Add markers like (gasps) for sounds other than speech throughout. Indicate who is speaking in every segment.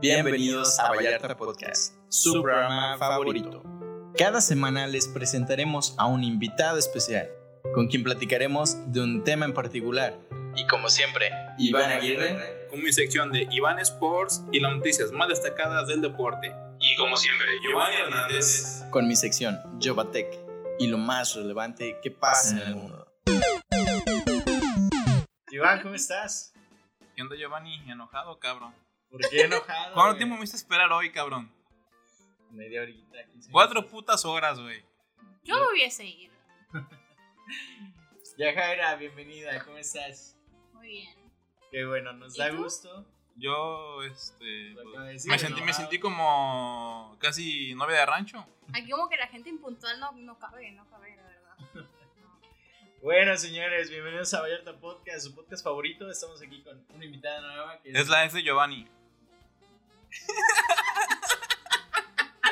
Speaker 1: Bienvenidos a Vallarta Podcast, su programa favorito. Cada semana les presentaremos a un invitado especial, con quien platicaremos de un tema en particular. Y como siempre, Iván Aguirre.
Speaker 2: con mi sección de Iván Sports y las noticias más destacadas del deporte. Y como siempre, Giovanni Hernández.
Speaker 1: con mi sección Jovatec y lo más relevante que pasa en el
Speaker 2: Mm.
Speaker 1: mundo.
Speaker 3: Iván, ¿cómo estás?
Speaker 2: ¿Qué onda, Giovanni? ¿Enojado, cabrón?
Speaker 3: ¿Por qué enojado?
Speaker 2: ¿Cuánto
Speaker 3: güey?
Speaker 2: tiempo me hiciste esperar hoy, cabrón?
Speaker 3: Media horita. 15 minutos.
Speaker 2: Cuatro putas horas, güey.
Speaker 4: Yo me hubiese ido.
Speaker 3: Ya, Jaira, bienvenida, ¿cómo estás?
Speaker 4: Muy bien.
Speaker 3: Qué bueno, nos
Speaker 4: ¿Y
Speaker 3: da
Speaker 4: tú?
Speaker 3: gusto.
Speaker 2: Yo, este.
Speaker 3: Lo
Speaker 2: pues,
Speaker 3: acabo de decir,
Speaker 2: me, sentí, me
Speaker 3: enojado.
Speaker 2: sentí como casi novia de rancho.
Speaker 4: Aquí como que la gente impuntual no, no cabe, no cabe, la verdad.
Speaker 3: Bueno, señores, bienvenidos a Vallarta Podcast, su podcast favorito. Estamos aquí con una invitada nueva que es,
Speaker 2: Es la ex de Giovanni.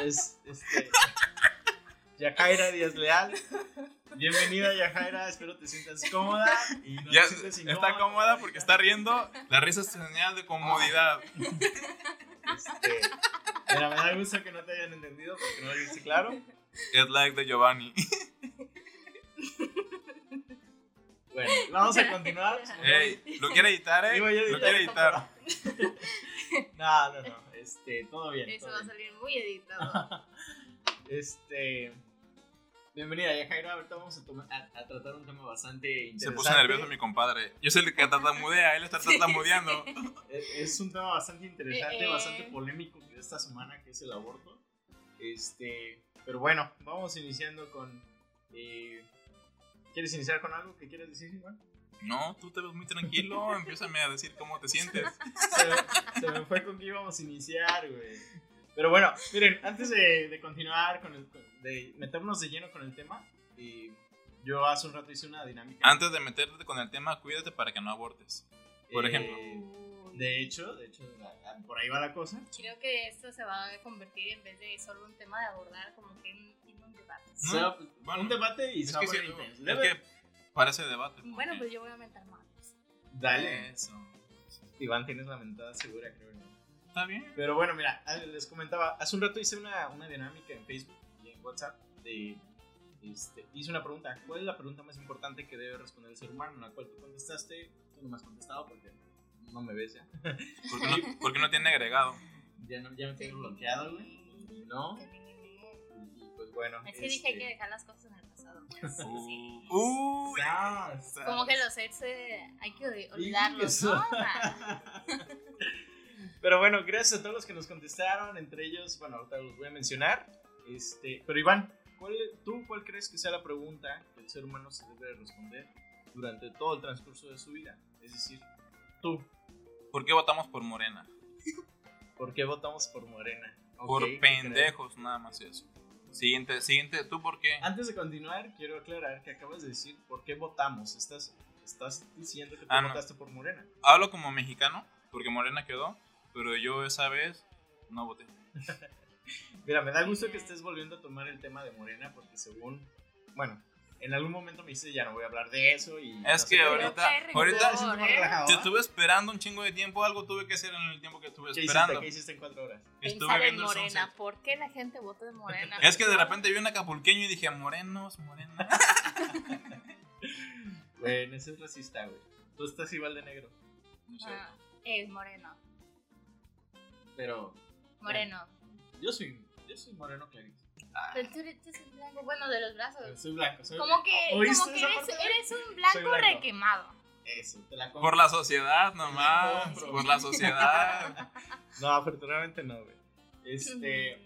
Speaker 3: es, este, (laughs) Yajaira Díaz Leal. Bienvenida, Yajaira, espero te sientas cómoda. Y no
Speaker 2: Ya
Speaker 3: te sientas
Speaker 2: está cómoda porque está riendo. La risa es señal de comodidad.
Speaker 3: Ah. Este, pero me da gusto que no te hayan entendido porque no lo dijiste claro.
Speaker 2: Es la ex de Giovanni.
Speaker 3: (laughs) Bueno, vamos a
Speaker 4: (laughs)
Speaker 3: continuar.
Speaker 2: Ey, lo quiere editar, eh.
Speaker 3: Digo, yo
Speaker 2: Lo quiere editar.
Speaker 3: No, no, no. Este, todo bien.
Speaker 4: Eso
Speaker 3: todo
Speaker 4: va a
Speaker 3: bien.
Speaker 4: salir
Speaker 2: (laughs)
Speaker 4: muy editado.
Speaker 3: Este. Bienvenida, ya Jairo. Ahorita vamos a, toma- a- a tratar un tema bastante
Speaker 2: Se
Speaker 3: interesante.
Speaker 2: puso nervioso mi compadre. Yo soy el que tartamudea,
Speaker 3: (laughs)
Speaker 2: él está tartamudeando.
Speaker 3: E- Es un tema bastante interesante,
Speaker 4: Eh, eh.
Speaker 3: bastante polémico de esta semana, que es el aborto. Este. Pero bueno, vamos iniciando con. eh, ¿Quieres iniciar con algo que quieres decir, Iván?
Speaker 2: No, tú te ves muy tranquilo, empiézame a decir cómo te sientes.
Speaker 3: se, me- se me fue con que íbamos a iniciar, güey. Pero bueno, miren, antes de, de continuar con el, de meternos de lleno con el tema, y yo hace un rato hice una dinámica.
Speaker 2: Antes de meterte con el tema, cuídate para que no abortes. por
Speaker 3: eh,
Speaker 2: ejemplo.
Speaker 3: De hecho, de hecho, la- ah, por ahí va la cosa.
Speaker 4: Creo que esto se va a convertir en vez de solo un tema de abordar, como que en, en un debate.
Speaker 3: O sea,
Speaker 2: pues, bueno,
Speaker 3: un debate y
Speaker 2: Es
Speaker 3: se va
Speaker 2: que,
Speaker 3: a
Speaker 2: sí,
Speaker 3: poner
Speaker 2: es
Speaker 3: intenso.
Speaker 2: que parece debate.
Speaker 4: Bueno,
Speaker 2: porque-
Speaker 4: pues yo voy a mentar manos.
Speaker 3: Dale.
Speaker 2: Eso.
Speaker 3: Iván, tienes la mentada segura, creo. ¿no?
Speaker 2: Está
Speaker 4: (laughs)
Speaker 2: bien.
Speaker 3: Pero bueno, mira, les comentaba, hace un rato hice una, una dinámica en Facebook y en WhatsApp de... Este, hice una pregunta, ¿cuál es la pregunta más importante que debe responder el ser humano? La cual tú contestaste, tú no me has contestado porque no me ves ya.
Speaker 2: Porque no, porque no tiene agregado.
Speaker 3: Ya, no, ya me tienes bloqueado, güey. No. Y, y, pues bueno.
Speaker 4: Es que dije
Speaker 3: este,
Speaker 4: que dejar las cosas en el pasado. pues, (laughs) sí.
Speaker 2: Uh, uh,
Speaker 3: ¡zas!
Speaker 4: Como que los ex eh, hay que ol- olvidarlos,
Speaker 3: Eso.
Speaker 4: ¿no? O
Speaker 2: (laughs)
Speaker 4: sea,
Speaker 3: Pero bueno, gracias a todos los que nos contestaron, entre ellos, bueno, ahorita los voy a mencionar. Este, pero Iván, ¿cuál, ¿tú cuál crees que sea la pregunta que el ser humano se debe de responder durante todo el transcurso de su vida? Es decir, tú,
Speaker 2: ¿Por qué votamos por Morena?
Speaker 3: ¿por qué votamos por Morena?
Speaker 2: por
Speaker 3: Ok,
Speaker 2: pendejos, nada más eso. Siguiente, siguiente, ¿tú por qué?
Speaker 3: creo. Antes de continuar, quiero aclarar que acabas de decir por qué votamos. Estás, estás diciendo que tú
Speaker 2: Ah, no.
Speaker 3: votaste por Morena.
Speaker 2: Hablo como mexicano, porque Morena quedó, pero yo esa vez no voté.
Speaker 3: Mira, me da gusto que estés volviendo a tomar el tema de Morena porque según, bueno, en algún momento me dices ya no voy a hablar de eso y... no
Speaker 2: Es
Speaker 3: sé
Speaker 2: que
Speaker 3: qué".
Speaker 2: ahorita-
Speaker 4: cae rencor,
Speaker 2: ahorita-
Speaker 3: Estás siendo más
Speaker 4: ¿eh?
Speaker 3: relajado,
Speaker 2: Te
Speaker 3: ¿ah?
Speaker 2: estuve esperando un chingo de tiempo, algo tuve que hacer en el tiempo que estuve
Speaker 3: ¿Qué
Speaker 2: esperando.
Speaker 3: hiciste? ¿Qué hiciste en cuatro horas?
Speaker 2: Estuve
Speaker 4: Pensar en
Speaker 2: viendo el
Speaker 4: Morena.
Speaker 2: sunset.
Speaker 4: ¿Por qué la gente vota de Morena?
Speaker 2: Es que de repente vi un acapulqueño y dije, morenos, morena.
Speaker 3: Güey, Eh, ese es racista, güey. Tú estás igual de negro. No sé.
Speaker 4: Ah, es moreno.
Speaker 3: Pero
Speaker 4: Moreno.
Speaker 3: yo soy, yo soy moreno clarito.
Speaker 4: Pero tú eres, tú eres blanco, bueno, de los brazos.
Speaker 3: Soy blanco. Soy...
Speaker 4: Como que,
Speaker 3: Pues, ¿Oíste
Speaker 4: como que
Speaker 3: esa
Speaker 4: eres,
Speaker 3: parte?
Speaker 4: eres un
Speaker 3: Soy
Speaker 4: blanco,
Speaker 3: blanco.
Speaker 4: requemado.
Speaker 3: Eso, te la compro.
Speaker 2: Por la sociedad nomás,
Speaker 3: Sí.
Speaker 2: por
Speaker 3: (laughs)
Speaker 2: la sociedad.
Speaker 3: No, afortunadamente no, güey. (laughs) Este,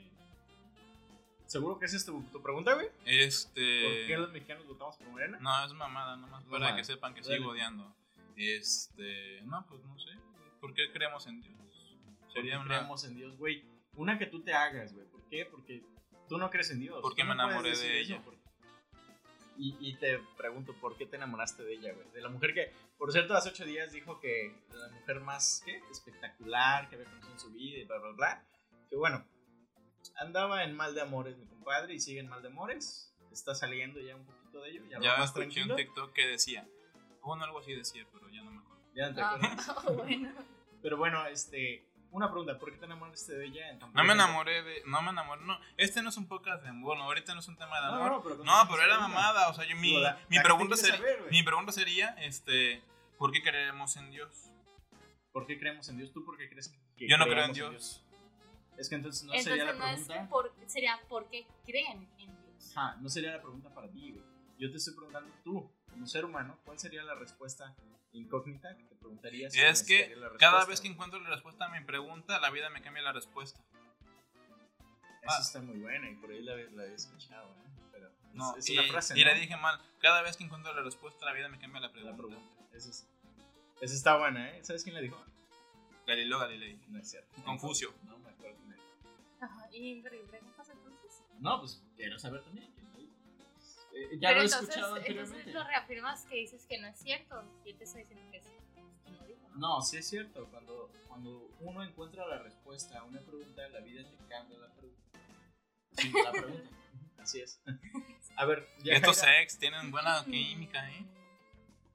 Speaker 3: ¿seguro que esa es tu, tu pregunta, güey? ¿Por qué
Speaker 2: Este...
Speaker 3: los mexicanos votamos por Morena?
Speaker 2: No, es mamada, nomás para
Speaker 3: Mamada.
Speaker 2: que sepan que
Speaker 3: Dale.
Speaker 2: sigo odiando. Este... No, pues no sé. ¿Por qué creemos en Dios? Sería
Speaker 3: ¿Por qué
Speaker 2: una-
Speaker 3: creemos en Dios, güey. Una que tú te hagas, güey. ¿Por qué? Porque tú no crees en Dios.
Speaker 2: Porque
Speaker 3: Tú
Speaker 2: me
Speaker 3: no puedes
Speaker 2: enamoré
Speaker 3: decir
Speaker 2: de
Speaker 3: eso,
Speaker 2: ella.
Speaker 3: porque- Y, y te pregunto, ¿por qué te enamoraste de ella, güey? De la mujer que, por cierto, hace ocho días dijo que la mujer más ¿qué? espectacular que había conocido en su vida y bla, bla, bla. Que bueno, andaba en mal de amores, mi compadre, y sigue en mal de amores. Está saliendo ya un poquito de ello. Ya, va
Speaker 2: Ya
Speaker 3: más
Speaker 2: escuché
Speaker 3: tranquilo.
Speaker 2: un TikTok que decía... Bueno, algo así decía, pero ya no me acuerdo.
Speaker 3: Ya no te
Speaker 4: (laughs) Ah,
Speaker 3: acuerdas.
Speaker 4: (laughs) bueno.
Speaker 3: Pero bueno, este, Una pregunta, ¿por qué te enamoraste de ella en tan
Speaker 2: No me
Speaker 3: poco tiempo?
Speaker 2: enamoré de. No me enamoré. No, este no es un podcast de amor. no, ahorita no es un tema de
Speaker 3: No,
Speaker 2: amor.
Speaker 3: no, pero,
Speaker 2: No, pero era mamada. O sea, yo mi,
Speaker 3: Digo, la-
Speaker 2: mi
Speaker 3: la que
Speaker 2: pregunta
Speaker 3: quieres
Speaker 2: sería.
Speaker 3: saber, güey.
Speaker 2: Mi pregunta sería, este. ¿Por qué creemos en Dios?
Speaker 3: ¿Por qué creemos en Dios? ¿Tú por qué crees que
Speaker 2: Yo no creo
Speaker 3: creemos
Speaker 2: en
Speaker 3: Es que entonces no
Speaker 4: Entonces
Speaker 3: sería la
Speaker 4: no es
Speaker 3: pregunta.
Speaker 4: por, sería porque creen en Dios.
Speaker 3: Ajá, no sería la pregunta para ti, güey. Yo te estoy preguntando tú, como ser humano, ¿cuál sería la respuesta incógnita que te preguntarías? si
Speaker 2: Es que
Speaker 3: necesitaría la
Speaker 2: Cada
Speaker 3: respuesta,
Speaker 2: vez que
Speaker 3: güey?
Speaker 2: encuentro la respuesta a mi pregunta, la vida me cambia la respuesta.
Speaker 3: Eso está muy buena y por ahí la, la he escuchado, ¿eh? Pero es,
Speaker 2: No,
Speaker 3: es
Speaker 2: y,
Speaker 3: una frase,
Speaker 2: y
Speaker 3: ¿no?
Speaker 2: la dije mal. Cada vez que encuentro la respuesta, la vida me cambia la
Speaker 3: La
Speaker 2: pregunta.
Speaker 3: pregunta. Eso, es- eso está buena, ¿eh? ¿Sabes quién la dijo?
Speaker 2: Galileo Galilei.
Speaker 3: No es cierto.
Speaker 2: Confucio.
Speaker 3: No me acuerdo quién la dijo.
Speaker 4: Ajá, ¿Y pero, ¿y preguntas entonces?
Speaker 3: No, pues quiero saber también quién la dijo. Eh, ya
Speaker 4: Pero
Speaker 3: lo he
Speaker 4: entonces,
Speaker 3: escuchado anteriormente.
Speaker 4: entonces lo reafirmas que dices que no es cierto. Yo te estoy diciendo que es que no digo.
Speaker 3: No, sí es cierto. Cuando, cuando uno encuentra la respuesta a una pregunta, la vida te cambia la pregunta. Sí, la (laughs) pregunta. Así es. A ver, ya
Speaker 2: Estos
Speaker 3: Jaira,
Speaker 2: ex tienen buena química, ¿eh?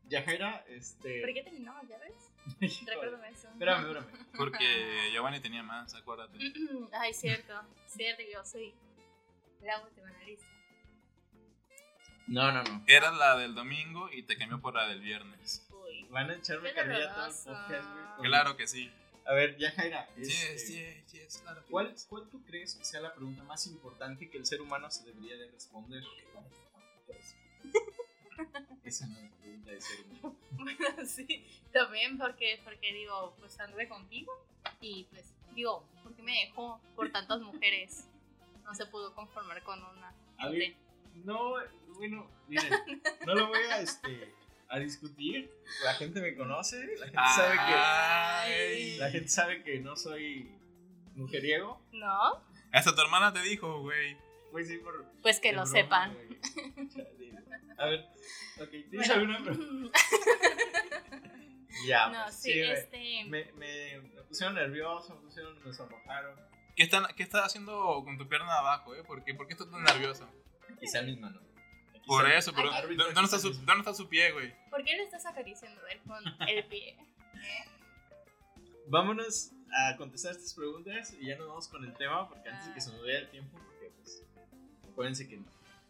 Speaker 3: ya Jaira,
Speaker 4: ¿Por
Speaker 3: este...
Speaker 4: qué terminamos? ¿Ya ves?
Speaker 3: (laughs) Híjole,
Speaker 4: Recuérdame eso.
Speaker 3: Espérame, espérame.
Speaker 2: Porque Giovanni tenía más, acuérdate.
Speaker 4: (laughs) Ay, cierto. Cierto, yo soy la última nariz.
Speaker 3: No, no, no.
Speaker 2: Era la del domingo y te cambió por la del viernes.
Speaker 4: Uy.
Speaker 3: Van a echarme
Speaker 4: Qué
Speaker 3: carrilla a todo el
Speaker 4: doloroso.
Speaker 3: podcast, güey. con-
Speaker 2: Claro que sí.
Speaker 3: A ver, ya Jaira, este,
Speaker 2: Yes, yes, yes, claro que
Speaker 3: ¿cuál,
Speaker 2: yes.
Speaker 3: ¿cuál tú crees que sea la pregunta más importante que el ser humano se debería de
Speaker 4: (laughs)
Speaker 3: responder? Esa no es pregunta de ser humano.
Speaker 4: Bueno, (laughs) sí, también porque, porque digo, pues anduve contigo y pues digo, porque me dejó por tantas mujeres. No se pudo conformar con una.
Speaker 3: A ver, no, bueno, miren, no lo voy a, este, a discutir. La gente me conoce, la gente
Speaker 2: Ah.
Speaker 3: sabe que,
Speaker 2: Ay.
Speaker 3: la gente sabe que no soy mujeriego.
Speaker 4: ¿No?
Speaker 2: Hasta tu hermana te dijo, güey.
Speaker 3: Pues sí, por.
Speaker 4: Pues que
Speaker 3: de
Speaker 4: lo
Speaker 3: broma, (laughs)
Speaker 4: sepan.
Speaker 3: güey. Chale. A ver, ok, ¿tienes alguna pregunta? Ya.
Speaker 4: no,
Speaker 3: pues,
Speaker 4: sí,
Speaker 3: sí, me-
Speaker 4: este.
Speaker 3: me, me, me pusieron nervioso, me pusieron, me sonrojaron.
Speaker 2: ¿Qué, están, ¿Qué estás haciendo con tu pierna abajo, eh? ¿Por qué, por qué estás tan nervioso?
Speaker 3: Quizá mis manos.
Speaker 2: Por eso, pero
Speaker 4: Ay,
Speaker 2: ¿dó- ¿dónde está, su, ¿dónde está su pie, güey?
Speaker 4: ¿Por qué le estás acariciando a él con el pie?
Speaker 3: Vámonos a contestar estas preguntas y ya nos vamos con el tema, porque antes
Speaker 4: Ah.
Speaker 3: de que se nos vaya el tiempo, porque pues, acuérdense que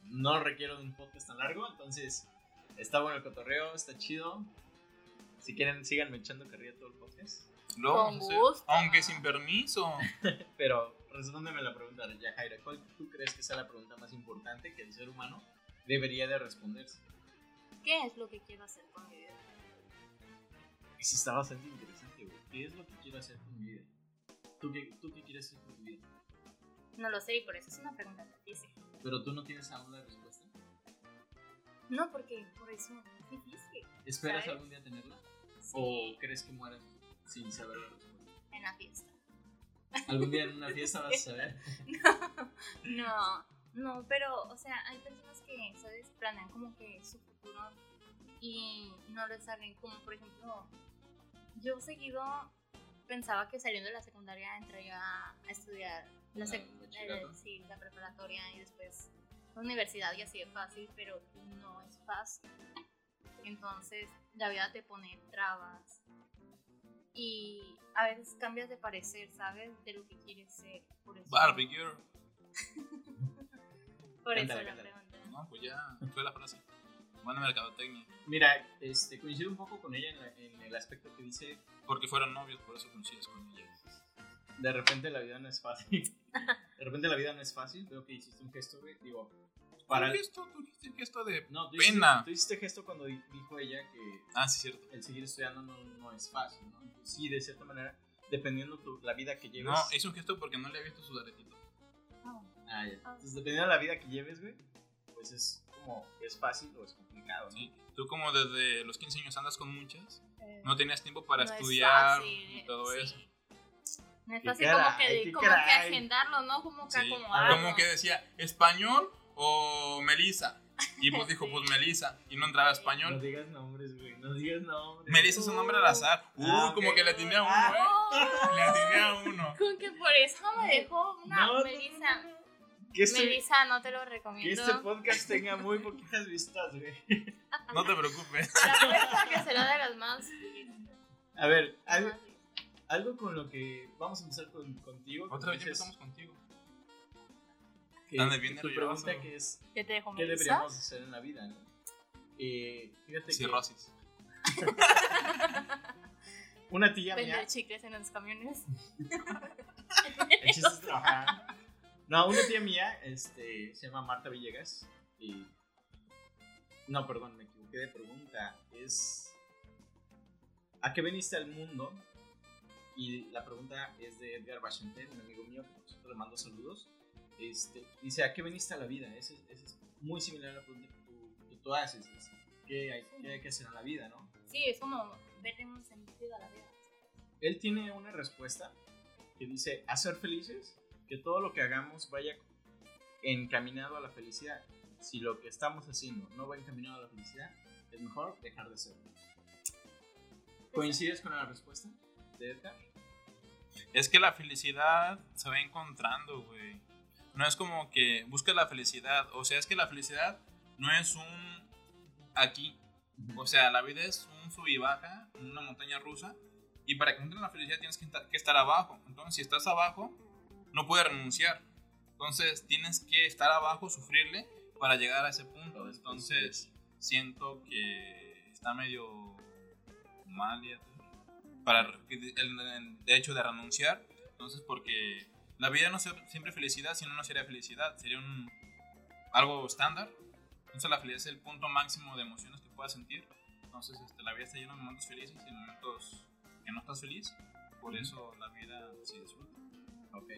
Speaker 3: no requiero de un podcast tan largo, entonces está bueno el cotorreo, está chido. Si quieren, síganme echando carrilla todo el podcast.
Speaker 2: Lo vamos a
Speaker 4: Con
Speaker 2: hacer,
Speaker 4: gusto.
Speaker 2: Aunque sin permiso.
Speaker 3: Pero respóndeme la pregunta, ya Jaira, ¿cuál tú crees que sea la pregunta más importante que el ser humano debería de responderse?
Speaker 4: ¿Qué es lo que quiero hacer con mi vida?
Speaker 3: Eso está bastante interesante, güey. ¿Qué es lo que quiero hacer con mi vida? ¿Tú qué, tú qué quieres hacer con tu vida?
Speaker 4: No lo sé y por eso es una pregunta difícil.
Speaker 3: Pero tú no tienes aún la respuesta.
Speaker 4: No, porque por eso es difícil.
Speaker 3: ¿Esperas
Speaker 4: ¿Sabes?
Speaker 3: algún día tenerla? ¿O
Speaker 4: Sí,
Speaker 3: crees que mueras sin saber la respuesta?
Speaker 4: en la fiesta.
Speaker 3: ¿Algún día en una fiesta vas a saber?
Speaker 4: No, no, pero, o sea, hay personas que, ¿sabes? Planean como que su futuro y no lo saben. Como, por ejemplo, yo seguido pensaba que saliendo de la secundaria entraría a estudiar la,
Speaker 3: ¿La
Speaker 4: sec-
Speaker 3: bachillerato?
Speaker 4: eh, sí, la preparatoria y después la universidad y así de fácil, pero no es fácil. Entonces, la vida te pone trabas y a veces cambias de parecer, ¿sabes? De lo que quieres ser. Por eso,
Speaker 2: Barbecue.
Speaker 4: por eso
Speaker 3: Cántala,
Speaker 4: la
Speaker 3: cántala.
Speaker 4: pregunta.
Speaker 2: No, pues ya, fue la frase. Buena mercadotecnia.
Speaker 3: Mira, este, coincido un poco con ella en, la- en el aspecto que dice,
Speaker 2: Porque fueron novios, por eso coincides con ella.
Speaker 3: de repente la vida no es fácil. De repente la vida no es fácil. Veo que hiciste un gesto, güey. Digo, para...
Speaker 2: ¿Tú esto, tú dijiste que esto de...
Speaker 3: No, tú hiciste,
Speaker 2: Pena.
Speaker 3: tú hiciste gesto cuando di- dijo ella que
Speaker 2: Ah, sí, cierto.
Speaker 3: el seguir estudiando no, no es fácil, ¿no? Sí, de cierta manera, dependiendo tu, la vida que lleves.
Speaker 2: No, hice un gesto porque no le había visto su aretito.
Speaker 4: Oh,
Speaker 3: Ah, ya. Entonces, dependiendo de la vida que lleves, güey, pues es como, es fácil o es complicado, ¿no?
Speaker 2: Sí. Tú como desde los 15 años andas con muchas,
Speaker 4: eh,
Speaker 2: no tenías tiempo para
Speaker 4: no es
Speaker 2: estudiar
Speaker 4: fácil, eh,
Speaker 2: y todo
Speaker 4: sí.
Speaker 2: eso.
Speaker 4: No es
Speaker 3: Qué
Speaker 4: fácil como,
Speaker 3: caray,
Speaker 4: que,
Speaker 3: qué
Speaker 4: como que
Speaker 3: caray.
Speaker 4: agendarlo, ¿no? Como que
Speaker 2: Sí.
Speaker 3: Ah,
Speaker 4: acomodarlo.
Speaker 2: Como
Speaker 4: (laughs)
Speaker 2: que decía, ¿español o Melissa? Y pues dijo,
Speaker 4: Sí.
Speaker 2: pues Melissa. Y no entraba
Speaker 3: No
Speaker 2: español.
Speaker 3: digas nombres, güey, no digas nombres.
Speaker 2: Melissa es un nombre al azar. Uy,
Speaker 3: Ah, ok.
Speaker 2: como que le atiné a uno,
Speaker 3: Ah.
Speaker 2: ¿eh?
Speaker 4: Oh,
Speaker 2: Le atiné a (laughs) uno.
Speaker 4: Con que por eso me dejó una
Speaker 3: No, no,
Speaker 4: Melissa.
Speaker 3: no, no. Que este,
Speaker 4: Melissa, no te lo
Speaker 3: que
Speaker 4: recomiendo.
Speaker 3: este podcast tenga muy poquitas vistas, güey.
Speaker 2: No te preocupes.
Speaker 4: La apuesto que será de las más.
Speaker 3: A ver, al- a, algo con lo que vamos a empezar con, contigo.
Speaker 2: Otra vez ya
Speaker 3: dices
Speaker 2: empezamos contigo.
Speaker 3: que-
Speaker 2: Tan de bien
Speaker 3: que tu
Speaker 2: nervioso.
Speaker 3: pregunta que es,
Speaker 4: Ya te dejo
Speaker 3: ¿qué
Speaker 4: Melissa.
Speaker 3: deberíamos hacer en la vida? ¿no? Eh, fíjate que
Speaker 2: Cirrosis.
Speaker 3: una tía mía
Speaker 4: Vender chicles en los
Speaker 3: (laughs)
Speaker 4: camiones. (laughs)
Speaker 3: El chiste es trabajar. No, una tía mía, este, se llama Marta Villegas. Y. No, perdón, me equivoqué de pregunta. Es. ¿A qué veniste al mundo? Y la pregunta es de Edgar Bachenter, un amigo mío, que por cierto le mando saludos. Este, dice, ¿a qué veniste a la vida? Esa es, esa es muy similar a la pregunta que tú, que tú haces. es, ¿qué, hay, ¿Qué hay que hacer en la vida, no?
Speaker 4: Sí, es como verle un sentido a la vida.
Speaker 3: él tiene una respuesta que dice hacer felices, que todo lo que hagamos vaya encaminado a la felicidad. Si lo que estamos haciendo no va encaminado a la felicidad, es mejor dejar de hacerlo. ¿Coincides con la respuesta de Edgar?
Speaker 2: Es que la felicidad se va encontrando, güey. No es como que busca la felicidad. O sea, es que la felicidad no es un aquí. O sea, la vida es un sub y baja, una montaña rusa. Y para que encuentres la felicidad tienes que esta- que estar abajo. Entonces, si estás abajo, no puedes renunciar. Entonces, tienes que estar abajo, sufrirle para llegar a ese punto. Entonces, siento que está medio mal ya te- para re- que de- el, el hecho de renunciar. Entonces, porque la vida no es siempre felicidad, sino no sería felicidad, sería un, algo estándar. Entonces, la felicidad es el punto máximo de emociones que puedas sentir. Entonces, este, la vida está llena de momentos felices y de momentos que no estás feliz. Por eso la vida se disfruta.
Speaker 3: Ok.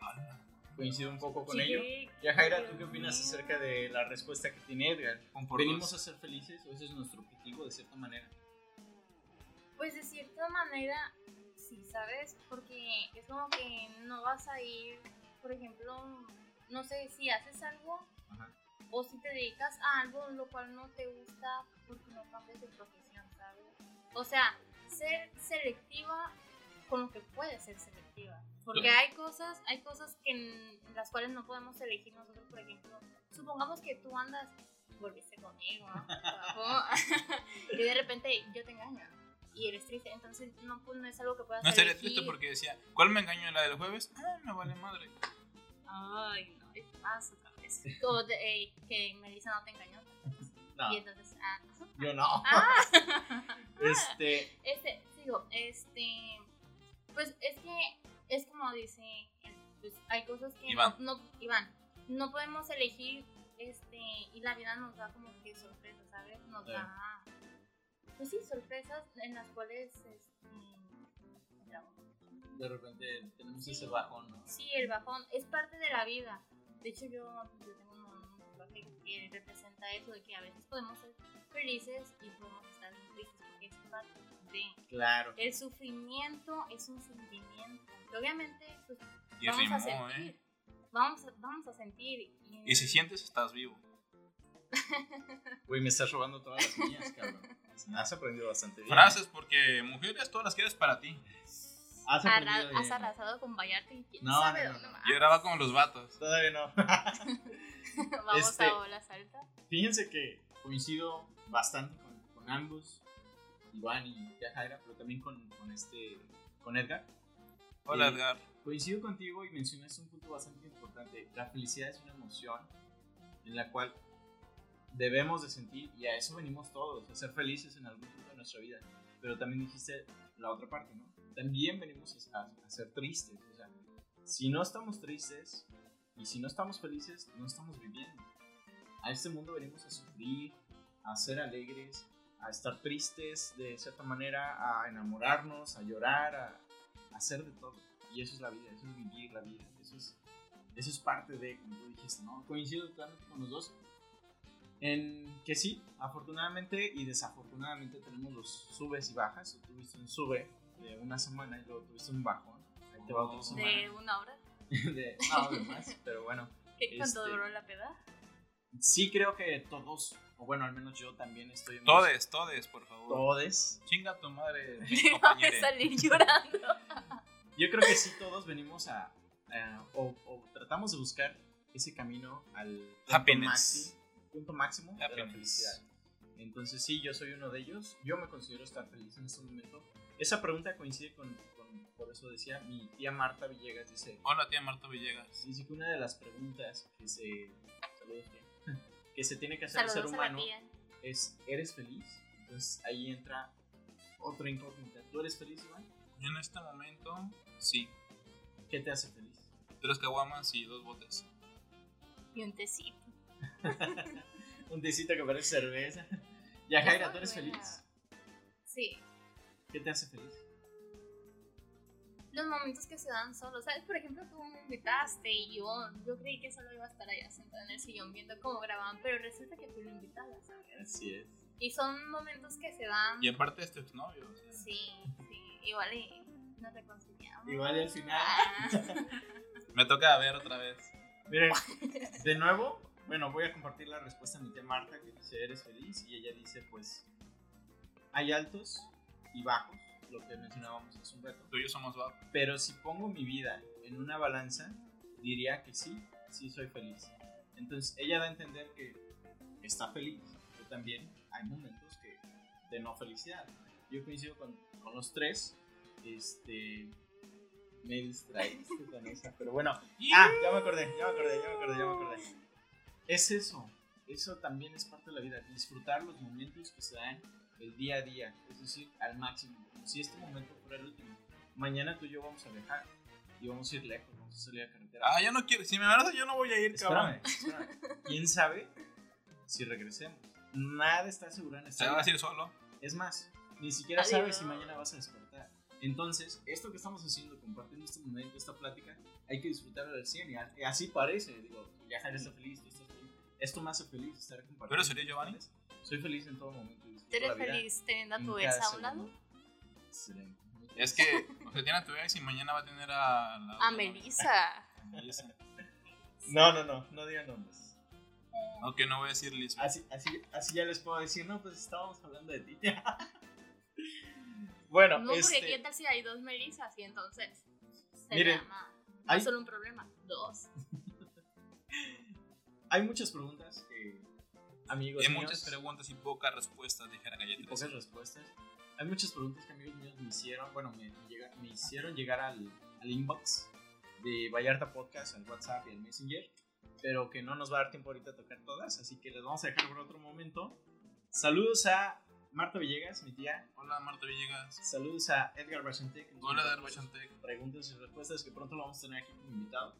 Speaker 2: Ala.
Speaker 3: Coincido un poco con
Speaker 4: Sí,
Speaker 3: ello.
Speaker 4: qué
Speaker 3: Ya, Jaira, ¿tú
Speaker 4: Dios
Speaker 3: qué opinas
Speaker 4: mío.
Speaker 3: acerca de la respuesta que tiene Edgar?
Speaker 2: Con por
Speaker 3: ¿Venimos
Speaker 2: dos.
Speaker 3: a ser felices o ese es nuestro objetivo de cierta manera?
Speaker 4: Pues de cierta manera, sí, ¿sabes? Porque es como que no vas a ir, por ejemplo, mm, no sé, si haces algo
Speaker 3: Ajá.
Speaker 4: o si te dedicas a algo lo cual no te gusta porque no cambias de profesión, ¿sabes? O sea, ser selectiva con lo que puedes ser selectiva. Porque
Speaker 2: Claro.
Speaker 4: hay cosas, hay cosas que en- las cuales no podemos elegir nosotros, por ejemplo, supongamos que tú andas, volviste conmigo, guapo,
Speaker 2: (laughs)
Speaker 4: (laughs) y de repente yo te engaño y eres triste, entonces no, pues, no es algo que puedas
Speaker 2: No estaría
Speaker 4: elegir.
Speaker 2: triste porque decía, ¿cuál me engañó la del jueves? Ah, me vale madre.
Speaker 4: Ay, no, es más otra vez. Como de- eh, que Melissa no te engañó.
Speaker 3: No,
Speaker 4: Y entonces, ah,
Speaker 3: (laughs) yo no.
Speaker 4: ah.
Speaker 3: Este,
Speaker 4: (laughs) Este, digo, este, pues es que es como dice, pues hay cosas que
Speaker 2: Iván.
Speaker 4: No, no- Iván, no podemos elegir, este, y la vida nos da como que sorpresas, ¿sabes? Nos
Speaker 3: Sí.
Speaker 4: da, pues sí, sorpresas en las cuales, este, entramos.
Speaker 3: de repente tenemos ese bajón, ¿no?
Speaker 4: Sí, el bajón es parte de la vida. De hecho, yo, yo tengo un, un tatuaje que representa eso, de que a veces podemos ser felices y podemos estar tristes, porque es parte de...
Speaker 3: Claro.
Speaker 4: El sufrimiento es un sentimiento. que obviamente, pues,
Speaker 2: Y
Speaker 4: vamos a
Speaker 2: rimó,
Speaker 4: sentir.
Speaker 2: ¿eh?
Speaker 4: Vamos, a- vamos a sentir. Y,
Speaker 2: Y si sientes, estás vivo.
Speaker 3: Güey, me estás robando todas las mías,
Speaker 1: (laughs)
Speaker 3: cabrón. Has aprendido bastante bien.
Speaker 2: Frases porque mujeres todas las quieres para ti.
Speaker 3: Has
Speaker 4: arra-
Speaker 3: aprendido
Speaker 4: has
Speaker 3: bien.
Speaker 4: arrasado con Vallarte y quién
Speaker 3: No,
Speaker 4: sabe
Speaker 3: no, no,
Speaker 4: dónde
Speaker 3: no.
Speaker 4: más.
Speaker 2: Yo grababa como los vatos.
Speaker 3: Todavía no.
Speaker 4: (laughs) Vamos
Speaker 3: Este-
Speaker 4: a olas altas.
Speaker 3: Fíjense que coincido bastante con, con ambos, Iván y ya Jaira, pero también con, con este, con Edgar.
Speaker 2: Hola
Speaker 3: Sí.
Speaker 2: Edgar.
Speaker 3: Coincido contigo y mencionas un punto bastante importante. La felicidad es una emoción en la cual debemos de sentir y a eso venimos todos, a ser felices en algún punto de nuestra vida. Pero también dijiste la otra parte, ¿no? También venimos a, a ser tristes. O sea, si no estamos tristes y si no estamos felices, no estamos viviendo. A este mundo venimos a sufrir, a ser alegres, a estar tristes de cierta manera, a enamorarnos, a llorar, a, a hacer de todo. Y eso es la vida, eso es vivir la vida, eso es, eso es parte de, como tú dijiste, ¿no? Coincido totalmente con los dos. En que sí, afortunadamente y desafortunadamente tenemos los subes y bajas. Tú tuviste un sube de una semana y luego tuviste un bajón. Ahí te va otra semana.
Speaker 4: De una hora.
Speaker 3: (laughs) De- no, de más, pero bueno.
Speaker 4: ¿Qué- ¿Cuánto
Speaker 3: Este-
Speaker 4: duró la peda?
Speaker 3: Sí creo que todos, o bueno, al menos yo también estoy en...
Speaker 2: Todes, todes, por favor.
Speaker 3: Todes.
Speaker 2: Chinga tu
Speaker 4: (laughs)
Speaker 2: madre.
Speaker 4: Vamos a
Speaker 2: compañere.
Speaker 4: salir llorando.
Speaker 3: Yo creo que sí todos venimos a... a- o, o tratamos de buscar ese camino al punto
Speaker 2: Happiness.
Speaker 3: maxi- punto máximo de la
Speaker 2: Happiness.
Speaker 3: felicidad. Entonces sí, yo soy uno de ellos. Yo me considero estar feliz en este momento. Esa pregunta coincide con, con por eso decía, mi tía Marta Villegas dice,
Speaker 2: Hola, tía Marta Villegas.
Speaker 3: dice que una de las preguntas que se, saludos, tía, (laughs) que se tiene que hacer al ser
Speaker 4: Saludos a la
Speaker 3: humano
Speaker 4: tía.
Speaker 3: es, ¿eres feliz? Entonces ahí entra otra incógnita. ¿Tú eres feliz, Iván?
Speaker 2: Yo en este momento, sí.
Speaker 3: ¿Qué te hace feliz?
Speaker 2: Tres caguamas y dos botes.
Speaker 4: Y un tecito.
Speaker 3: Un tecito que parece cerveza. (laughs) Ya, Jaira, ¿tú eres feliz?
Speaker 4: Sí.
Speaker 3: ¿Qué te hace feliz?
Speaker 4: Los momentos que se dan solos. ¿Sabes? Por ejemplo, tú me invitaste y yo, yo creí que solo iba a estar allá sentada en el sillón viendo cómo grababan, pero resulta que tú lo invitabas, ¿sabes?
Speaker 3: Así es.
Speaker 4: Y son momentos que se dan.
Speaker 2: Y aparte este exnovio. o sea,
Speaker 4: Sí, sí. Igual y nos reconciliamos.
Speaker 3: Igual y al final.
Speaker 4: Ah.
Speaker 2: Me toca ver otra vez.
Speaker 3: Miren, de nuevo, bueno, voy a compartir la respuesta de mi tía Marta que dice, ¿eres feliz? Y ella dice, pues, hay altos y bajos, lo que mencionábamos hace un rato.
Speaker 2: Tú y yo somos va.
Speaker 3: Pero si pongo mi vida en una balanza, diría que sí, sí soy feliz. Entonces ella da a entender que está feliz, pero también hay momentos que de no felicidad. Yo coincido con, con los tres. Este, me distraíste con esa, pero bueno. Ah, ya me acordé, ya me acordé, ya me acordé, ya me acordé. Es eso, eso también es parte de la vida, disfrutar los momentos que se dan el día a día, es decir, al máximo, como si este momento fuera el último. Mañana tú y yo vamos a viajar y vamos a ir lejos, vamos a salir a carretera.
Speaker 2: Ah, yo no quiero. Si me mandas, yo no voy a ir, cabrón.
Speaker 3: espérame, espérame. ¿Quién sabe si regresemos? Nada está asegurado en
Speaker 2: Se
Speaker 3: esta
Speaker 2: va a
Speaker 3: vida.
Speaker 2: decir solo.
Speaker 3: Es más, ni siquiera
Speaker 4: Adiós.
Speaker 3: sabes si mañana vas a despertar. Entonces, esto que estamos haciendo, compartiendo este momento, esta plática, hay que disfrutarla al 100 y a- y así parece. Digo, ya Jair está feliz, tú estás feliz. Esto me hace feliz estar compartiendo.
Speaker 2: ¿Tú eres feliz, Giovanni?
Speaker 3: Soy feliz en todo momento. y disfruto
Speaker 4: ¿Tú eres
Speaker 3: la vida
Speaker 4: feliz teniendo a
Speaker 3: en
Speaker 4: tu
Speaker 3: cada
Speaker 4: ex a un lado?
Speaker 3: segundo. Excelente.
Speaker 2: Es que, o sea, tiene a tu ex y mañana va a tener a. La,
Speaker 4: A Melissa.
Speaker 2: a Melissa.
Speaker 3: No, no, no, no digan nombres.
Speaker 2: Aunque no voy a decir Lisbeth.
Speaker 3: Así, así, así ya les puedo decir, no, pues estábamos hablando de ti. (laughs) bueno,
Speaker 4: No, porque
Speaker 3: este,
Speaker 4: aquí tal si hay dos Melissas y entonces se
Speaker 3: Miren,
Speaker 4: llama. No
Speaker 3: hay-
Speaker 4: solo un problema, dos.
Speaker 3: hay muchas preguntas que amigos
Speaker 2: Hay
Speaker 3: míos,
Speaker 2: muchas preguntas y pocas respuestas, dijera
Speaker 3: y
Speaker 2: Galletas.
Speaker 3: pocas respuestas. Hay muchas preguntas que amigos míos me hicieron, bueno, me, me llega- me hicieron llegar al, al inbox de Vallarta Podcast, al WhatsApp y al Messenger, pero que no nos va a dar tiempo ahorita a tocar todas, así que las vamos a dejar por otro momento. Saludos a Marta Villegas, mi tía.
Speaker 2: Hola, Marta Villegas.
Speaker 3: Saludos a Edgar Bachantec.
Speaker 2: Hola, Dar Bachantec.
Speaker 3: Preguntas y respuestas que pronto lo vamos a tener aquí como invitado,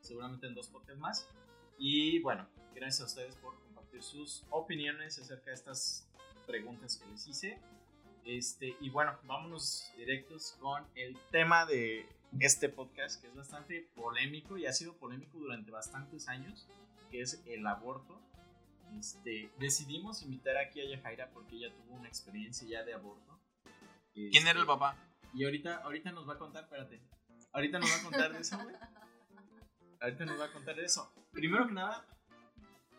Speaker 3: seguramente en dos podcasts más. Y bueno, gracias a ustedes por compartir sus opiniones acerca de estas preguntas que les hice. Este, y bueno, vámonos directos con el tema de este podcast que es bastante polémico y ha sido polémico durante bastantes años, que es el aborto. Este, decidimos invitar aquí a Yajaira porque ella tuvo una experiencia ya de aborto.
Speaker 2: ¿Quién era el
Speaker 3: Este,
Speaker 2: papá?
Speaker 3: y ahorita, ahorita nos va a contar, espérate. Ahorita nos va a contar de eso, güey. Ahorita nos va a contar de eso. Primero que nada,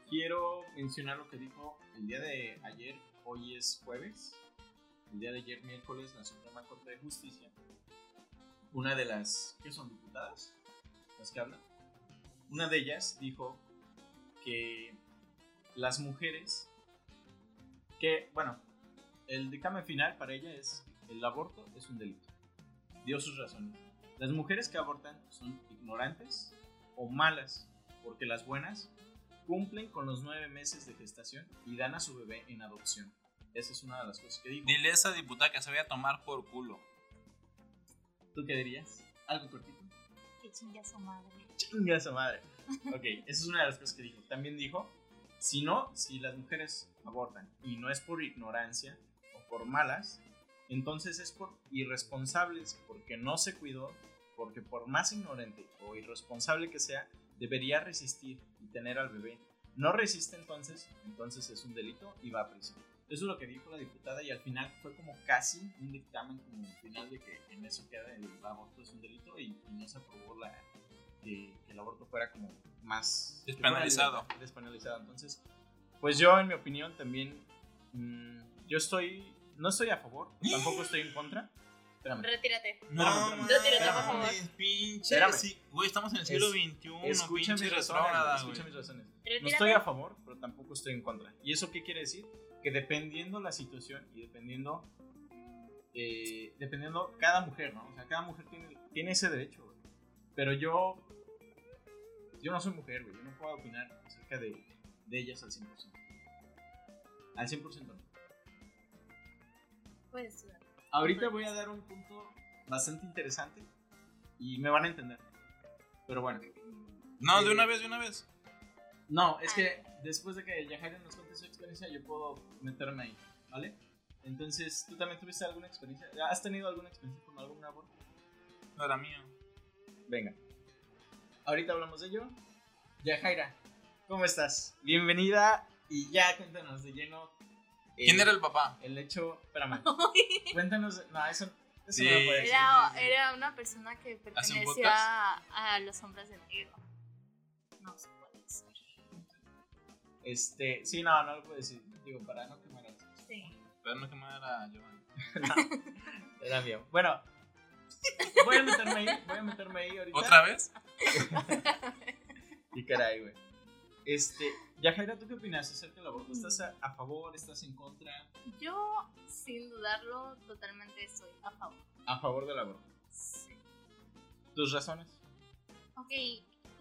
Speaker 3: quiero mencionar lo que dijo el día de ayer. Hoy es jueves. El día de ayer, miércoles, la Suprema Corte de Justicia. Una de las. ¿Qué son diputadas? Las que hablan. Una de ellas dijo que las mujeres. Que, bueno, el dictamen final para ella es el aborto es un delito. Dio sus razones. Las mujeres que abortan son ignorantes o malas, porque las buenas cumplen con los nueve meses de gestación y dan a su bebé en adopción. Esa es una de las cosas que dijo.
Speaker 2: Dile a esa diputada que se vaya a tomar por culo.
Speaker 3: ¿Tú qué dirías? Algo cortito.
Speaker 4: Que chingue a su madre.
Speaker 3: Chinga su madre. (laughs) Ok, esa es una de las cosas que dijo. También dijo, si no, si las mujeres abortan y no es por ignorancia o por malas, entonces es por irresponsables, porque no se cuidó, porque por más ignorante o irresponsable que sea, debería resistir y tener al bebé. No resiste entonces, entonces es un delito y va a prisión. Eso es lo que dijo la diputada y al final fue como casi un dictamen como el final de que en eso queda el aborto es un delito y, y no se aprobó la, que, que el aborto fuera como más que fuera
Speaker 2: Despenalizado.
Speaker 3: legal, despenalizado. Entonces, pues yo en mi opinión también, mm, yo estoy, no estoy a favor, tampoco estoy en contra. Espérame.
Speaker 4: Retírate.
Speaker 3: No,
Speaker 2: mames,
Speaker 4: Retírate, por favor.
Speaker 2: mames, Pinche.
Speaker 3: Espérame.
Speaker 2: sí, güey, estamos en el siglo
Speaker 3: Es-
Speaker 2: XXI.
Speaker 3: Escucha
Speaker 2: pinche
Speaker 3: mis
Speaker 2: retrógrada,
Speaker 3: razones,
Speaker 2: güey. Pues
Speaker 3: escucha mis razones. No
Speaker 4: Retírate.
Speaker 3: estoy a favor, pero tampoco estoy en contra. ¿Y eso qué quiere decir? Que dependiendo la situación y dependiendo eh, dependiendo cada mujer, ¿no? O sea, cada mujer tiene, tiene ese derecho, güey. Pero yo, yo no soy mujer, güey. Yo no puedo opinar acerca de, de ellas al 100%. Al 100% no.
Speaker 4: Puedes sudar.
Speaker 3: Ahorita voy a dar un punto bastante interesante y me van a entender. Pero bueno.
Speaker 2: No,
Speaker 3: Eh,
Speaker 2: de una vez, de una vez.
Speaker 3: No, es que después de que Yajaira nos cuente su experiencia, yo puedo meterme ahí, ¿vale? Entonces, ¿tú también tuviste alguna experiencia? ¿Has tenido alguna experiencia con algún aborto?
Speaker 2: No era mío.
Speaker 3: eh, Venga. Ahorita hablamos de ello. Yajaira, ¿cómo estás? Bienvenida y ya cuéntanos de lleno. eh,
Speaker 2: ¿Quién era el papá?
Speaker 3: El hecho,
Speaker 2: (laughs)
Speaker 3: espérame. Cuéntanos, no, eso, eso
Speaker 2: Sí.
Speaker 3: no lo puedes decir.
Speaker 4: Era, era una persona que
Speaker 2: ¿Hacen
Speaker 4: pertenecía
Speaker 2: podcast?
Speaker 4: a, a los hombres de negro. No se puede decir.
Speaker 3: Este, sí, no, no lo puedo decir. Digo, para no quemar a otros.
Speaker 4: Sí.
Speaker 2: Pero no que me era Giovanni.
Speaker 3: Era mío. Bueno, voy a meterme ahí, voy a meterme ahí ahorita.
Speaker 2: ¿Otra vez?
Speaker 3: Y caray, güey. Este, Yajaira, ¿tú qué opinas acerca del aborto? ¿Estás a, a favor? ¿Estás en contra?
Speaker 4: Yo, sin dudarlo, totalmente estoy a favor.
Speaker 3: A favor del aborto.
Speaker 4: Sí.
Speaker 3: ¿Tus razones?
Speaker 4: Ok,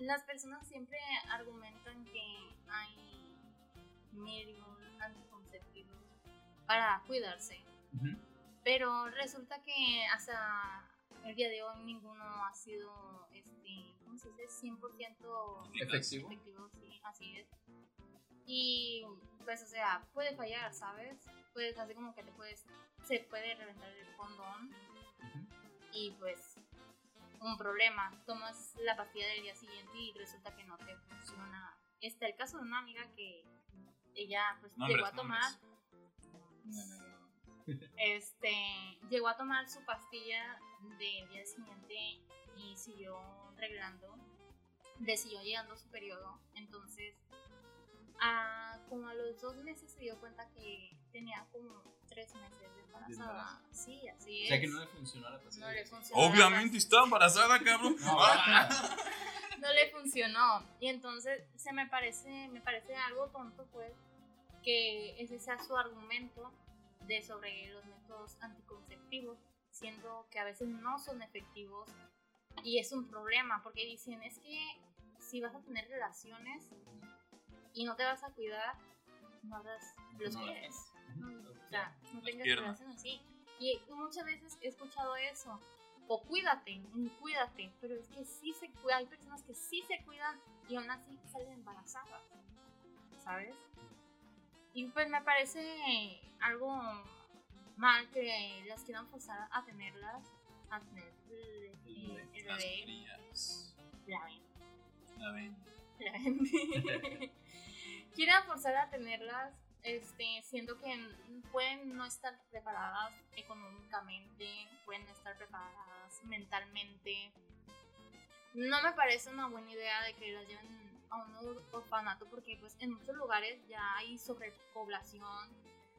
Speaker 4: las personas siempre argumentan que hay medios anticonceptivos para cuidarse, pero resulta que hasta el día de hoy ninguno ha sido, este, ¿cómo se dice? 100%
Speaker 3: Efectivo.
Speaker 4: efectivo, sí, así es. Y pues, o sea, puede fallar, ¿sabes? Puedes así como que te puedes, se puede reventar el condón y pues un problema. Tomas la pastilla del día siguiente y resulta que no te funciona. Está el caso de una amiga que ella pues
Speaker 2: Nombres,
Speaker 4: llegó a tomar
Speaker 3: (laughs)
Speaker 4: este llegó a tomar su pastilla del día siguiente y siguió reglando, le siguió llegando su periodo. Entonces, a- como a los dos meses se dio cuenta que tenía como tres meses de embarazada.
Speaker 3: embarazo.
Speaker 4: Sí, así
Speaker 3: O
Speaker 4: es.
Speaker 3: sea que no le funcionó la
Speaker 4: No
Speaker 3: pastilla.
Speaker 4: le funcionó.
Speaker 2: Obviamente está embarazada, cabrón.
Speaker 3: No, guácala.
Speaker 2: (laughs)
Speaker 4: no le funcionó. Y entonces se me parece, me parece algo tonto pues que ese sea su argumento de sobre los métodos anticonceptivos, siendo que a veces no son efectivos y es un problema porque dicen es que si vas a tener relaciones y no te vas a cuidar, no hagas los
Speaker 3: No lo
Speaker 4: pies.
Speaker 3: Ujú.
Speaker 4: O sea, no tengas
Speaker 2: piernas.
Speaker 4: relación así. Y muchas veces he escuchado eso. O cuídate, mm, cuídate. Pero es que sí se cuida. Hay personas que sí se cuidan y aún así salen embarazadas. ¿Sabes? Y pues me parece algo mal que las quieran forzar a tenerlas, a tener eh,
Speaker 3: El bebé.
Speaker 4: el
Speaker 2: Las
Speaker 4: bebé,
Speaker 2: crías.
Speaker 4: la ven-
Speaker 2: La ven.
Speaker 4: la ven- (laughs) Quieran forzar a tenerlas, este, siendo que n- pueden no estar preparadas económicamente, pueden no estar preparadas mentalmente. No me parece una buena idea de que las lleven a un or- orfanato porque pues en muchos lugares ya hay sobrepoblación,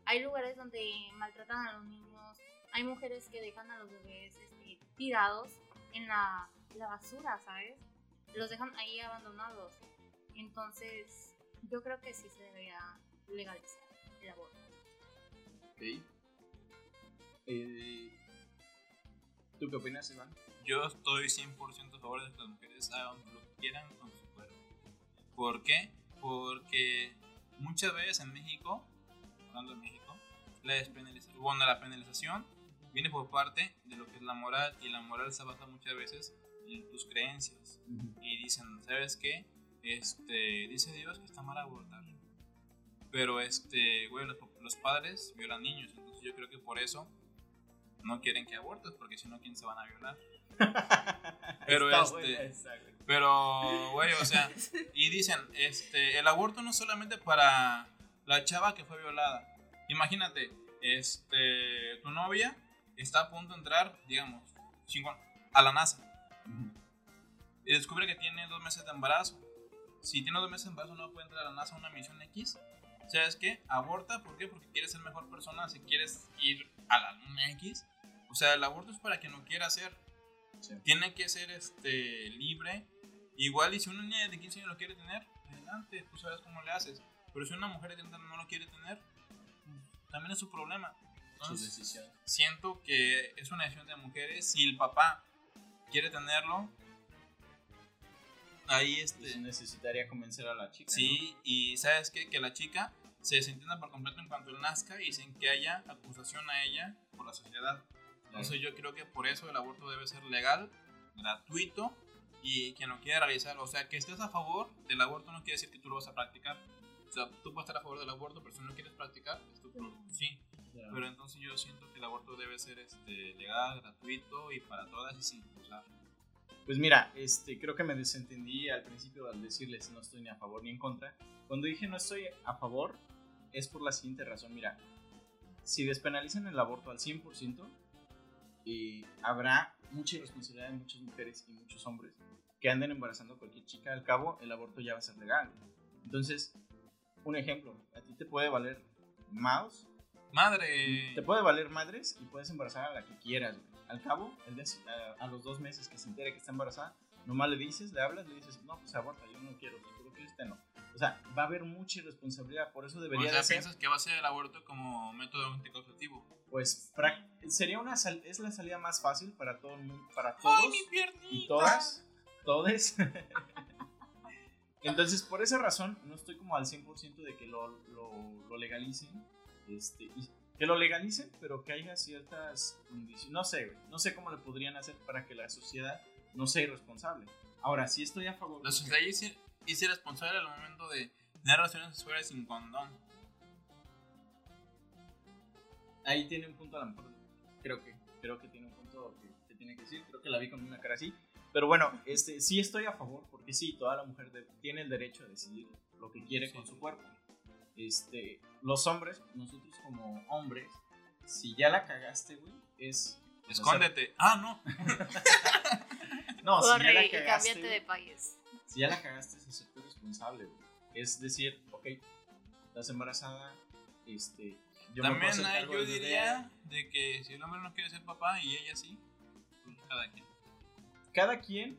Speaker 4: hay lugares donde maltratan a los niños, hay mujeres que dejan a los bebés este, tirados en la, la basura, ¿sabes? Los dejan ahí abandonados. Entonces, yo creo que sí se debería legalizar el aborto.
Speaker 3: Ok. Eh, ¿Tú qué opinas, (laughs) Iván?
Speaker 2: Yo estoy 100% a favor de que las mujeres hagan lo que quieran con su cuerpo. ¿Por qué? Porque muchas veces en México, hablando de México, la despenalización, bueno, la penalización viene por parte de lo que es la moral y la moral se basa muchas veces en tus creencias. Y dicen, ¿sabes qué? Este, dice Dios que está mal abortar. Pero este, güey, los, los padres violan niños, entonces yo creo que por eso no quieren que abortes, porque si no, ¿quién se van a violar? Pero
Speaker 3: Está
Speaker 2: este-
Speaker 3: buena esa, güey.
Speaker 2: Pero, güey, o sea, y dicen, este, el aborto no es solamente para la chava que fue violada. Imagínate, este, tu novia está a punto de entrar, digamos, chingón, a la NASA y descubre que tiene dos meses de embarazo. Si tiene dos meses de embarazo no puede entrar a la NASA a una misión X. ¿Sabes qué? Aborta, ¿por qué? Porque quieres ser mejor persona, si quieres ir a la luna X. O sea, el aborto es para quien lo quiera hacer.
Speaker 3: Sí.
Speaker 2: Tiene que ser este libre. Igual y si una niña de 15 años lo quiere tener, adelante, tú sabes cómo le haces. Pero si una mujer de 30 no lo quiere tener, pues, también es su problema.
Speaker 3: Ah,
Speaker 2: Entonces,
Speaker 1: sus decisiones.
Speaker 2: siento que es una decisión de mujeres. Si el papá quiere tenerlo, ahí
Speaker 3: Pues
Speaker 2: este.
Speaker 3: necesitaría convencer a la chica.
Speaker 2: Sí, y sabes qué? que la chica se desentienda por completo en cuanto él nazca y sin que haya acusación a ella por la sociedad. Entonces yo creo que por eso el aborto debe ser legal, gratuito y quien lo quiera realizar. O sea, que estés a favor del aborto no quiere decir que tú lo vas a practicar. O sea, tú puedes estar a favor del aborto, pero si no lo quieres practicar, es tu problema. Sí,
Speaker 3: ¿no? Ya.
Speaker 2: pero entonces yo siento que el aborto debe ser este, legal, gratuito y para todas y sin acusar.
Speaker 3: Pues mira, este, creo que me desentendí al principio al decirles no estoy ni a favor ni en contra. Cuando dije no estoy a favor, es por la siguiente razón. Mira, si despenalizan el aborto al 100%, y habrá mucha irresponsabilidad de muchas mujeres y muchos hombres que anden embarazando a cualquier chica. Al cabo, el aborto ya va a ser legal. Entonces, un ejemplo, a ti te puede valer mouse
Speaker 2: Madre,
Speaker 3: te puede valer madres y puedes embarazar a la que quieras, güey. Al cabo, el día- a, a los dos meses que se entere que está embarazada, nomás le dices, le hablas, le dices, no, pues aborta, yo no quiero, si tú lo quieres, te no. O sea, va a haber mucha irresponsabilidad, por eso
Speaker 2: o
Speaker 3: debería
Speaker 2: sea,
Speaker 3: de ser,
Speaker 2: piensas que va a ser el aborto como método anticonceptivo.
Speaker 3: pues, pra- sería una sal- es la salida más fácil para todo el mundo, para todos.
Speaker 2: ¡Ay, mi piernita!
Speaker 3: y todas, todes. Entonces, por esa razón, no estoy como al 100% de que lo, lo- lo legalicen. Este, y- que lo legalicen, pero que haya ciertas condiciones. No sé, güey, no sé cómo le podrían hacer para que la sociedad no sea irresponsable. Ahora, sí estoy a favor.
Speaker 2: La sociedad es ir- es irresponsable al momento de tener relaciones sexuales sin condón.
Speaker 3: Ahí tiene un punto a lo mejor. Creo que, creo que tiene un punto que, que tiene que decir. Creo que la vi con una cara así. Pero bueno, este, sí estoy a favor, porque sí, toda la mujer de- tiene el derecho a decidir lo que quiere
Speaker 2: Sí.
Speaker 3: con su cuerpo. Este, los hombres, nosotros como hombres, si ya la cagaste, güey, es.
Speaker 2: Escóndete. Ah, no.
Speaker 3: No, si ya
Speaker 4: Corre
Speaker 3: la
Speaker 4: y
Speaker 3: cagaste.
Speaker 4: cámbiate de
Speaker 3: güey,
Speaker 4: país.
Speaker 3: Si ya la cagaste, es hacerte responsable, güey. Es decir, ok, estás embarazada, este. Yo me puedo
Speaker 2: También
Speaker 3: hacer
Speaker 2: hay-
Speaker 3: cargo
Speaker 2: yo
Speaker 3: del bebé.
Speaker 2: diría de que si el hombre no quiere ser papá y ella sí, pues cada quien.
Speaker 3: cada quien,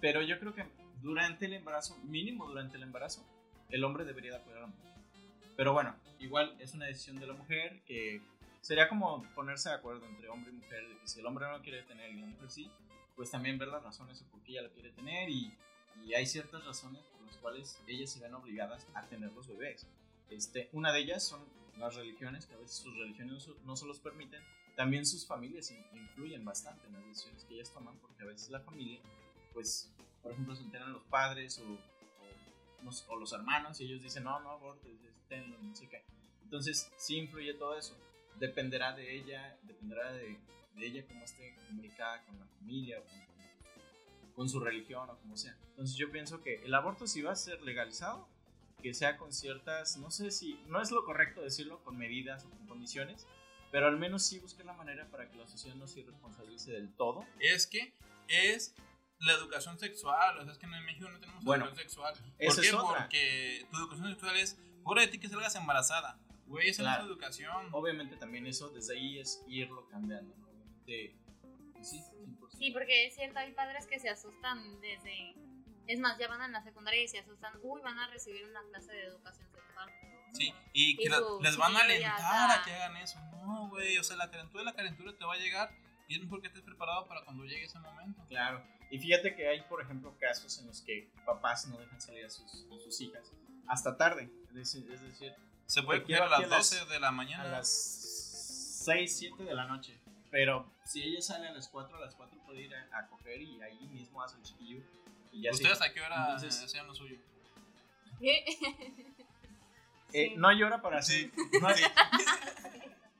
Speaker 3: pero yo creo que durante el embarazo, mínimo durante el embarazo, el hombre debería de apoyar a la mujer. Pero bueno, igual es una decisión de la mujer que sería como ponerse de acuerdo entre hombre y mujer, de que si el hombre no lo quiere tener y la mujer sí, pues también ver las razones de por qué ella lo quiere tener y, y hay ciertas razones por las cuales ellas se ven obligadas a tener los bebés. Este, una de ellas son las religiones, que a veces sus religiones no se- no se los permiten, también sus familias in- influyen bastante en las decisiones que ellas toman, porque a veces la familia, pues, por ejemplo, se enteran los padres o, o los, o los hermanos y ellos dicen, no, no abortes, tenlo, no sé qué. Entonces, sí influye todo eso. Dependerá de ella, dependerá de, de ella cómo esté comunicada con la familia o con, con su religión o como sea. Entonces, yo pienso que el aborto, si va a ser legalizado, que sea con ciertas, no sé si, no es lo correcto decirlo, con medidas o con condiciones, pero al menos sí buscar la manera para que la sociedad no se irresponsabilice del todo.
Speaker 2: Es que es la educación sexual. O sea, es que en México no tenemos
Speaker 3: Bueno,
Speaker 2: educación sexual. ¿Por
Speaker 3: esa
Speaker 2: qué?
Speaker 3: es otra.
Speaker 2: Porque tu educación sexual es, por de ti que salgas embarazada. Güey, esa
Speaker 3: Claro.
Speaker 2: no es tu educación.
Speaker 3: Obviamente también eso, desde ahí es irlo cambiando. ¿no? Obviamente, pues sí, 100%.
Speaker 4: Sí, porque es cierto, hay padres que se asustan desde... Es más, ya van a la secundaria y se asustan. Uy, van a recibir una clase de educación sexual. (laughs)
Speaker 2: Sí, y que
Speaker 4: Y
Speaker 2: la-
Speaker 4: su
Speaker 2: les van a
Speaker 4: chiquillo ya
Speaker 2: alentar a
Speaker 4: está.
Speaker 2: que hagan eso. No, güey, o sea, la calentura, la calentura te va a llegar y es mejor que estés preparado para cuando llegue ese momento.
Speaker 3: Claro. Y fíjate que hay, por ejemplo, casos en los que papás no dejan salir a sus, a sus hijas hasta tarde. Es decir, es decir,
Speaker 2: Se puede
Speaker 3: Te
Speaker 2: cuidar a
Speaker 3: quiero aquí
Speaker 2: las
Speaker 3: a las-
Speaker 2: 12 de la
Speaker 3: a
Speaker 2: mañana.
Speaker 3: las 6, 7 de la noche. Pero si ella sale a las 4, a las 4 puede ir a, a coger y ahí mismo hace el chiquillo. Y ya se-
Speaker 2: ¿Ustedes a qué hora
Speaker 3: Entonces-
Speaker 2: eh, hacían lo suyo?
Speaker 3: Eh,
Speaker 4: Sí.
Speaker 3: No hay hora para hacer. No
Speaker 4: (laughs)
Speaker 3: hay,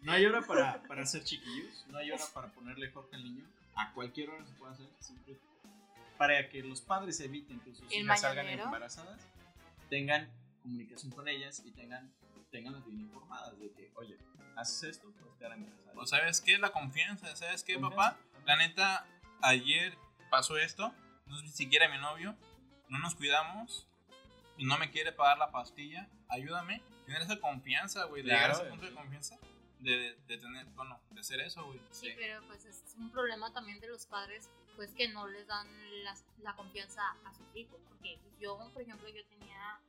Speaker 3: no hay hora para, para hacer chiquillos. No hay hora para ponerle Jorge al niño. A cualquier hora se puede hacer. siempre. Para que los padres eviten que sus
Speaker 4: ¿El
Speaker 3: hijas salgan
Speaker 4: mañanero?
Speaker 3: embarazadas, tengan comunicación con ellas y tengan, tengan bien informadas de que, oye, haces esto, puedes quedar embarazada.
Speaker 2: Pues, ¿sabes qué? La confianza. ¿Sabes qué, papá?
Speaker 3: Confianza.
Speaker 2: La neta, ayer pasó esto. No es ni siquiera mi novio. No nos cuidamos. Y no me quiere pagar la pastilla. Ayúdame. Tener esa confianza, güey. De llegar a
Speaker 3: Claro, eh.
Speaker 2: ese punto de
Speaker 3: sí.
Speaker 2: confianza. De, de tener, bueno, de hacer eso, güey.
Speaker 4: Sí, pero pues es un problema también de los padres, pues que no les dan las- la confianza a sus hijos. Porque yo, por ejemplo, yo tenía,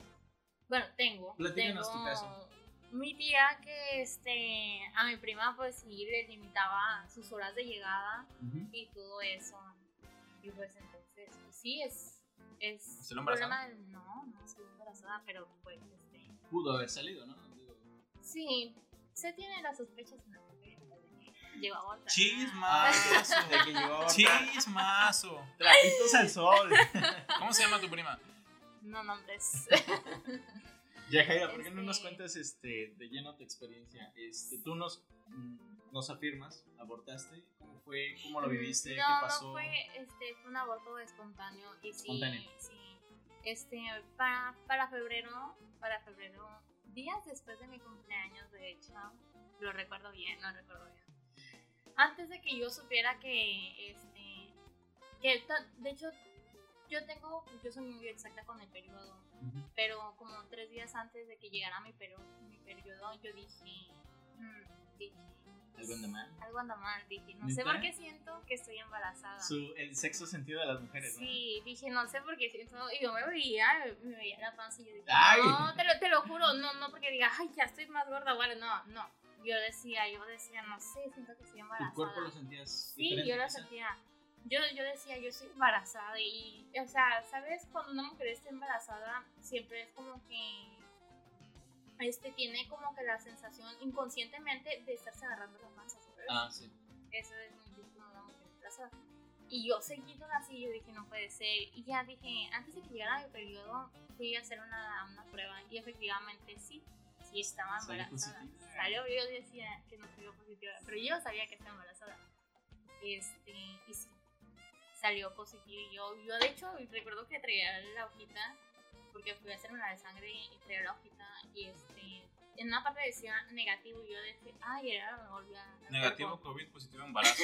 Speaker 4: bueno, tengo,
Speaker 3: Platícanos
Speaker 4: tengo
Speaker 3: tu caso.
Speaker 4: mi tía que este a mi prima pues sí le limitaba sus horas de llegada
Speaker 3: Ujú.
Speaker 4: y todo eso. Y pues entonces, pues sí es es
Speaker 2: ¿Estuvo embarazada?
Speaker 4: problema del- no, no estoy embarazada, pero pues este
Speaker 3: Pudo haber salido, ¿no? Digo,
Speaker 4: sí se tiene las sospechas ¿no? Porque, pues, llegó a abortar. (laughs)
Speaker 2: Chismazo.
Speaker 3: "Ah, de que llegó
Speaker 2: Chismazo.
Speaker 3: trapitos al sol.
Speaker 2: ¿Cómo se llama tu prima?
Speaker 4: No nombres.
Speaker 3: Ya, Jaira, ¿por qué no
Speaker 4: Este-
Speaker 3: nos cuentas este, de lleno tu experiencia? Este, tú nos, mm, nos afirmas, abortaste, ¿cómo fue? ¿Cómo lo viviste?
Speaker 4: Mm, No,
Speaker 3: ¿Qué pasó?
Speaker 4: no fue, este, fue un aborto espontáneo y sí,
Speaker 3: Espontáneo.
Speaker 4: sí. Este, para, para febrero, para febrero, días después de mi cumpleaños, de hecho, lo recuerdo bien, lo recuerdo bien. Antes de que yo supiera que, este, que ta- de hecho, yo tengo, yo soy muy exacta con el periodo,
Speaker 3: Ujú.
Speaker 4: pero como tres días antes de que llegara mi, peri- mi periodo, yo dije, mm, dije,
Speaker 3: ¿Algo anda mal?
Speaker 4: algo anda mal, dije. No
Speaker 3: ¿Neta?
Speaker 4: sé por qué siento que estoy embarazada.
Speaker 3: Su- el sexo sentido de las mujeres,
Speaker 4: Sí, dije, no sé por qué siento. Y yo me veía, me veía la panza y yo dije,
Speaker 3: Ay.
Speaker 4: no, te lo, te lo juro, no, no porque diga, ay, ya estoy más gorda, bueno, no, no. Yo decía, yo decía, no sé, siento que estoy
Speaker 3: ¿no? Tu cuerpo lo
Speaker 4: embarazada.
Speaker 3: sentías
Speaker 4: Sí, yo lo
Speaker 3: la
Speaker 4: sentía. Yo, yo decía, yo estoy embarazada y, o sea, ¿sabes? Cuando una mujer está embarazada, siempre es como que, este, tiene como que la sensación inconscientemente de estarse agarrando la panza, ¿sabes?
Speaker 3: Ah, sí.
Speaker 4: Eso es muy típico de una mujer embarazada. Y yo seguido así, yo dije, no puede ser. Y ya dije, antes de que llegara mi periodo, fui a hacer una, una prueba. Y efectivamente sí, sí estaba
Speaker 3: Salió
Speaker 4: embarazada.
Speaker 3: positiva.
Speaker 4: Salió, yo decía que no salió positiva, pero yo sabía que estaba embarazada. Este, y sí, salió positivo. Y yo, yo de hecho, recuerdo que traía la hojita, porque fui a hacer una de sangre y traía la hojita. Y este, en una parte decía negativo. Y yo decía, ay, era me volvió a-
Speaker 2: Negativo COVID, positivo embarazo.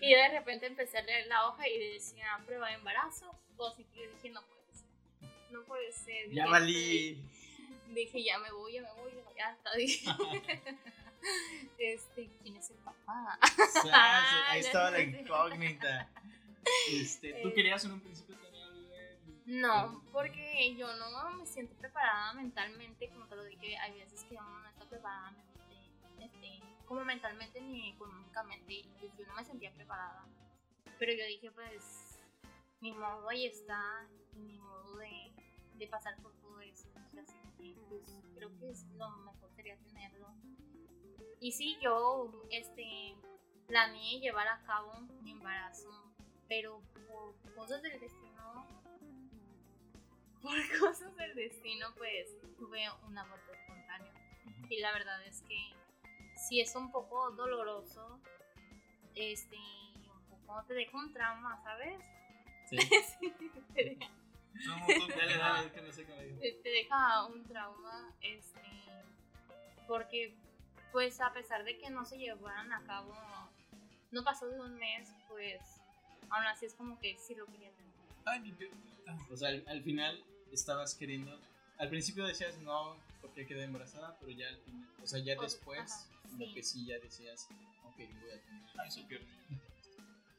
Speaker 4: y yo de repente empecé a leer la hoja y decía prueba de embarazo, positivo. Y dije, no puede ser. No puede ser.
Speaker 3: Ya
Speaker 4: Dije,
Speaker 3: valí.
Speaker 4: Dije, ya me voy, ya me voy, ya, ya está. (laughs) Dije,
Speaker 3: (laughs)
Speaker 4: este, ¿quién es el papá? (laughs)
Speaker 3: Sas,
Speaker 4: Ah,
Speaker 3: Ahí
Speaker 4: no,
Speaker 3: estaba
Speaker 4: no
Speaker 3: la
Speaker 4: sé.
Speaker 3: incógnita. Este, ¿Tú
Speaker 4: Eh.
Speaker 3: querías en un principio tener algo?
Speaker 4: No, porque yo no me siento preparada mentalmente, como te lo dije, hay veces que uno no está preparada mente- este, como mentalmente ni económicamente, y yo no me sentía preparada. Pero yo dije, pues, mi modo ahí está, y mi modo de, de pasar por todo eso, o sea, así que, pues, creo que es lo mejor sería tenerlo. Y sí, yo este, planeé llevar a cabo mi embarazo, pero por cosas del destino por (laughs) cosas del destino, pues tuve un aborto espontáneo. Y la verdad es que sí es un poco doloroso, este, y un poco te deja un trauma, ¿sabes? (laughs)
Speaker 3: Sí.
Speaker 4: Sí, te, deja,
Speaker 2: No,
Speaker 3: (laughs)
Speaker 2: tú-
Speaker 3: Dale, dale, es que no sé qué me dijo.
Speaker 4: te- te deja un trauma, este, porque pues a pesar de que no se llevaran a cabo, no pasó de un mes, pues aún así es como que sí lo quería tener.
Speaker 2: Ay, mi pe-
Speaker 3: O sea, al, al final estabas queriendo. Al principio decías no, porque quedé embarazada, pero ya al final. O sea, ya
Speaker 4: Pues,
Speaker 3: después,
Speaker 4: ajá,
Speaker 3: como
Speaker 4: sí.
Speaker 3: que sí, ya decías, ok, voy a tener.
Speaker 2: Ay, su pierna.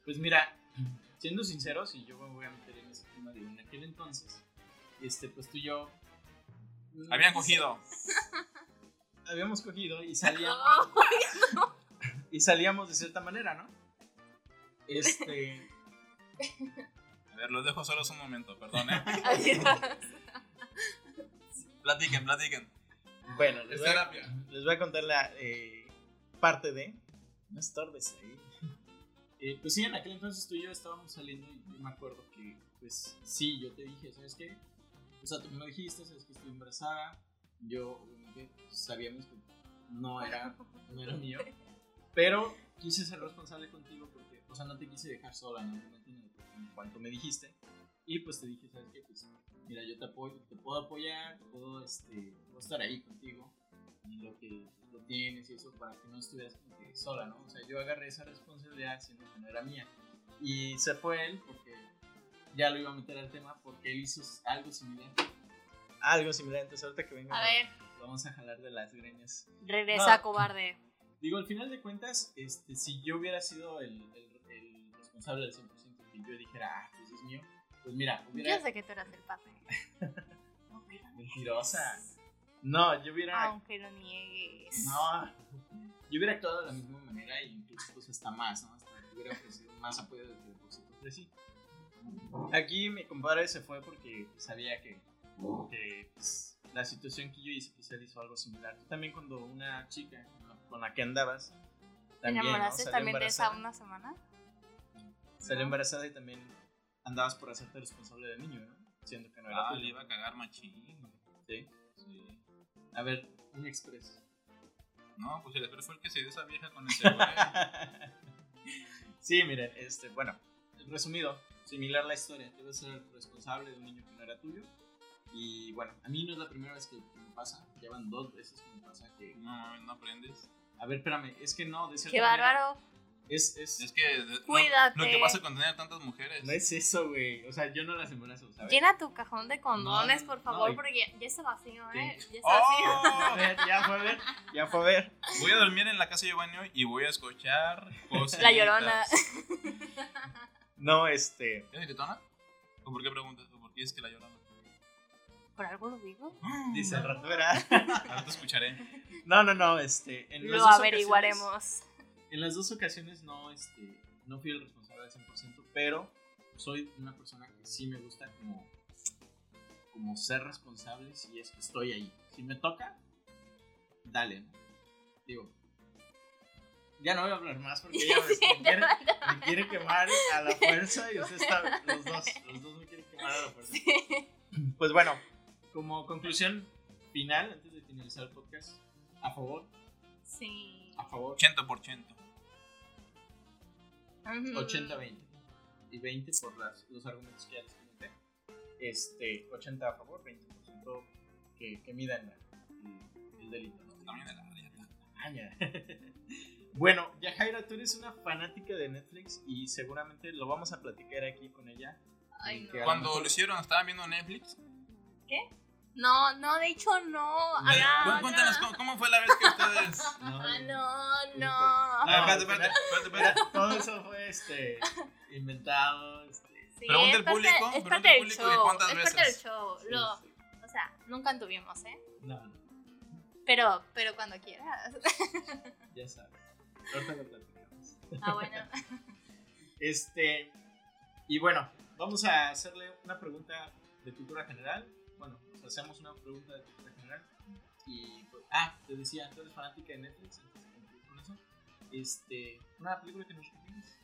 Speaker 3: Pues mira, siendo sinceros, y yo me voy a meter en ese tema de en aquel entonces, este, pues tú y yo. mm,
Speaker 2: Habían cogido.
Speaker 3: Habíamos cogido y
Speaker 4: (laughs)
Speaker 3: salíamos,
Speaker 4: Oh,
Speaker 3: y salíamos de cierta manera, ¿no? Este.
Speaker 2: A ver, los dejo solos un momento, perdón, ¿eh?
Speaker 3: (laughs)
Speaker 4: adiós.
Speaker 2: Platiquen, platiquen.
Speaker 3: Bueno,
Speaker 2: Es
Speaker 3: les voy, a,
Speaker 2: terapia.
Speaker 3: les voy a contar la eh, parte de. No estorbes ahí. Eh, pues sí, en aquel entonces tú y yo estábamos saliendo y yo me acuerdo que, pues sí, yo te dije, ¿sabes qué? O sea, tú me lo dijiste, ¿sabes que estoy embarazada? Yo, obviamente, pues, sabíamos que no era, no era mío. Pero quise ser responsable contigo porque, o sea, no te quise dejar sola en algún momento en el- en cuanto me dijiste. Y pues te dije, ¿sabes qué? Pues mira, yo te apoyo, te puedo apoyar, puedo, este, puedo estar ahí contigo en lo que lo tienes y eso para que no estuvieras como que sola, ¿no? O sea, yo agarré esa responsabilidad siendo que no era mía. Y se fue él porque ya lo iba a meter al tema porque él hizo algo similar. Algo similar, entonces ahorita que venga
Speaker 4: A ver.
Speaker 3: lo vamos a jalar de las greñas.
Speaker 4: Regresa,
Speaker 3: No.
Speaker 4: cobarde.
Speaker 3: Digo, al final de cuentas, este, si yo hubiera sido el, el- el responsable del 100%, que yo dijera, ah, pues es mío, pues mira, hubiera...
Speaker 4: Yo sé que tú eras el papá.
Speaker 3: Mentirosa. No, yo hubiera.
Speaker 4: aunque lo niegues.
Speaker 3: No. Yo hubiera actuado de la misma manera y incluso pues, hasta más, ¿no? Hasta hubiera ofrecido más apoyo del que de por pues, sí te ofrecí. Aquí mi compadre se fue porque sabía que, que, pues, la situación que yo hice, pues él hizo algo similar. Tú también cuando una chica ¿no? con la que andabas,
Speaker 4: ¿Te
Speaker 3: también, ¿no?
Speaker 4: enamoraste
Speaker 3: Salió
Speaker 4: también de esa
Speaker 3: embarazada.
Speaker 4: una semana?
Speaker 3: Salió embarazada y también andabas por hacerte responsable del niño, ¿no? Siendo que no era
Speaker 2: Ah, le
Speaker 3: tuyo.
Speaker 2: iba a cagar machín, güey.
Speaker 3: Sí.
Speaker 2: Sí.
Speaker 3: A ver, un expreso.
Speaker 2: No, pues el espero fue el que se dio esa vieja con
Speaker 3: (laughs)
Speaker 2: ese güey.
Speaker 3: sí, miren, este, bueno, resumido, similar la historia. Te vas a ser responsable de un niño que no era tuyo. Y bueno, a mí no es la primera vez que que me pasa. Ya van dos veces que me pasa que.
Speaker 2: No mames, no aprendes.
Speaker 3: A ver, espérame, es que no, de cierta
Speaker 4: ¡Qué
Speaker 3: manera,
Speaker 4: bárbaro!
Speaker 3: Es, es,
Speaker 2: Es que. de- lo-
Speaker 4: Cuídate.
Speaker 2: Lo que pasa con tener tantas mujeres.
Speaker 3: No es eso, güey. O sea, yo no las embarazo, ¿sabes?
Speaker 4: Llena tu cajón de condones,
Speaker 3: No,
Speaker 4: por
Speaker 3: no,
Speaker 4: favor,
Speaker 3: y-
Speaker 4: porque ya, ya está vacío, ¿eh? Ya está vacío.
Speaker 3: A
Speaker 2: ¡Oh!
Speaker 4: (laughs)
Speaker 3: ver, ya fue a ver, ya fue a ver.
Speaker 2: Voy a dormir en la casa de Giovanni hoy y voy a escuchar cosas.
Speaker 4: (laughs) La llorona.
Speaker 3: No, este.
Speaker 2: ¿Es gritona? ¿O por qué preguntas? ¿O por qué es que la llorona?
Speaker 4: ¿Por algo lo digo?
Speaker 3: (gasps) Dice al rato, verá.
Speaker 2: Ahora te escucharé.
Speaker 3: No, no, no, este. En las
Speaker 4: Lo
Speaker 3: dos
Speaker 4: averiguaremos.
Speaker 3: ocasiones- en las dos ocasiones no, este, no fui el responsable al 100%, pero soy una persona que sí me gusta como, como ser responsable si es que estoy ahí. Si me toca, dale, ¿no? Digo. Ya no voy a hablar más porque ya me, me quiere, me quiere quemar a la fuerza y usted está, los dos, los dos me quieren quemar a la fuerza. Pues bueno, como conclusión final, antes de finalizar el podcast, a favor,
Speaker 4: Sí.
Speaker 3: a favor,
Speaker 2: 80%.
Speaker 3: Mm.
Speaker 4: Ujú.
Speaker 3: 80-20. Y 20 por las- los argumentos que ya les comenté. Este, 80 a favor, 20% que, que midan la- el delito. ¿no?
Speaker 2: También de la variedad.
Speaker 3: Ah, ya. (laughs) bueno, Yajaira, tú eres una fanática de Netflix y seguramente lo vamos a platicar aquí con ella.
Speaker 4: Ay,
Speaker 3: Que
Speaker 4: no.
Speaker 2: Cuando lo hicieron, estaban viendo Netflix.
Speaker 4: no, no, de hecho no.
Speaker 2: Cu-
Speaker 4: Haga,
Speaker 2: Cuéntanos,
Speaker 4: haga.
Speaker 2: ¿cómo, cómo fue la vez que ustedes.?
Speaker 4: Ah,
Speaker 3: No,
Speaker 4: no, no.
Speaker 3: No,
Speaker 2: Ah, espérate, espérate, espérate, espérate.
Speaker 3: (laughs) Todo eso fue este, inventado. Este,
Speaker 4: Sí,
Speaker 2: Pregunta
Speaker 4: es
Speaker 2: al
Speaker 4: parte-
Speaker 2: público,
Speaker 4: Es
Speaker 2: pregunta
Speaker 4: parte
Speaker 2: al
Speaker 4: del
Speaker 2: público de
Speaker 4: show.
Speaker 2: cuántas
Speaker 4: Es parte del
Speaker 2: veces.
Speaker 4: show.
Speaker 3: sí,
Speaker 4: Lo-
Speaker 3: sí.
Speaker 4: O sea, nunca tuvimos, ¿eh?
Speaker 3: este, No, no,
Speaker 4: Pero, pero cuando quieras.
Speaker 3: ya sabes. Ahorita lo platicamos.
Speaker 4: Ah, bueno.
Speaker 3: Este, y bueno, vamos a hacerle una pregunta de cultura general. Bueno, pues hacemos una pregunta de cultura general. Y, pues, ah, te decía, tú eres fanática de Netflix, antes de concluir con eso. Este, una película que nos recomiendas.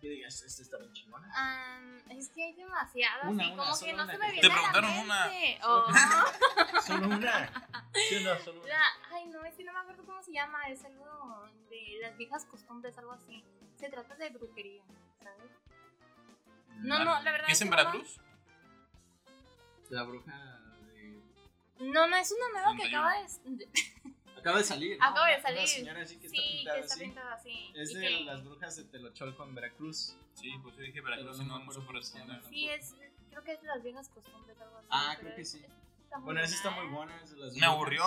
Speaker 3: Que digas, esta está bien chingona.
Speaker 4: Am, es que hay demasiadas.
Speaker 3: Una,
Speaker 4: y
Speaker 3: una,
Speaker 4: como
Speaker 3: solo
Speaker 4: que no
Speaker 3: una.
Speaker 4: se me
Speaker 3: Te
Speaker 4: viene. a la
Speaker 2: preguntaron
Speaker 4: mente.
Speaker 2: una.
Speaker 4: Oh.
Speaker 3: Ah, Solo una. Sí, o no, solo una.
Speaker 4: (laughs) La- ay, no, es que no me acuerdo cómo se llama. Es algo de las viejas costumbres, algo así. Se trata de brujería, ¿sabes? (laughs)
Speaker 3: Ah,
Speaker 4: No, no, la verdad.
Speaker 2: ¿Qué es
Speaker 4: que
Speaker 2: en
Speaker 4: no
Speaker 2: Veracruz?
Speaker 3: La bruja Ah, de.
Speaker 4: me- No, no, es una
Speaker 3: Mm,
Speaker 4: nueva que
Speaker 2: 31.
Speaker 4: acaba de. de-
Speaker 3: Acaba de salir.
Speaker 4: Acaba de
Speaker 3: Una-
Speaker 4: salir.
Speaker 3: Una señora así que está
Speaker 4: sí,
Speaker 3: pintada
Speaker 4: que está
Speaker 3: así.
Speaker 4: pintado así.
Speaker 3: Es
Speaker 4: y
Speaker 3: de
Speaker 4: que-
Speaker 3: las brujas de Telocholco en Veracruz.
Speaker 2: Sí, pues yo dije Veracruz y
Speaker 3: Pero no
Speaker 2: no
Speaker 3: me
Speaker 2: me
Speaker 3: acuerdo
Speaker 2: supo
Speaker 3: cómo se llama.
Speaker 2: responder.
Speaker 4: Sí, es, creo que es de las viejas costumbres, algo así.
Speaker 3: Ah,
Speaker 4: pero
Speaker 3: creo que
Speaker 4: es-
Speaker 3: sí.
Speaker 4: está muy
Speaker 3: Bueno, esa está
Speaker 4: buena.
Speaker 3: muy buena. Es de las
Speaker 2: Me aburrió.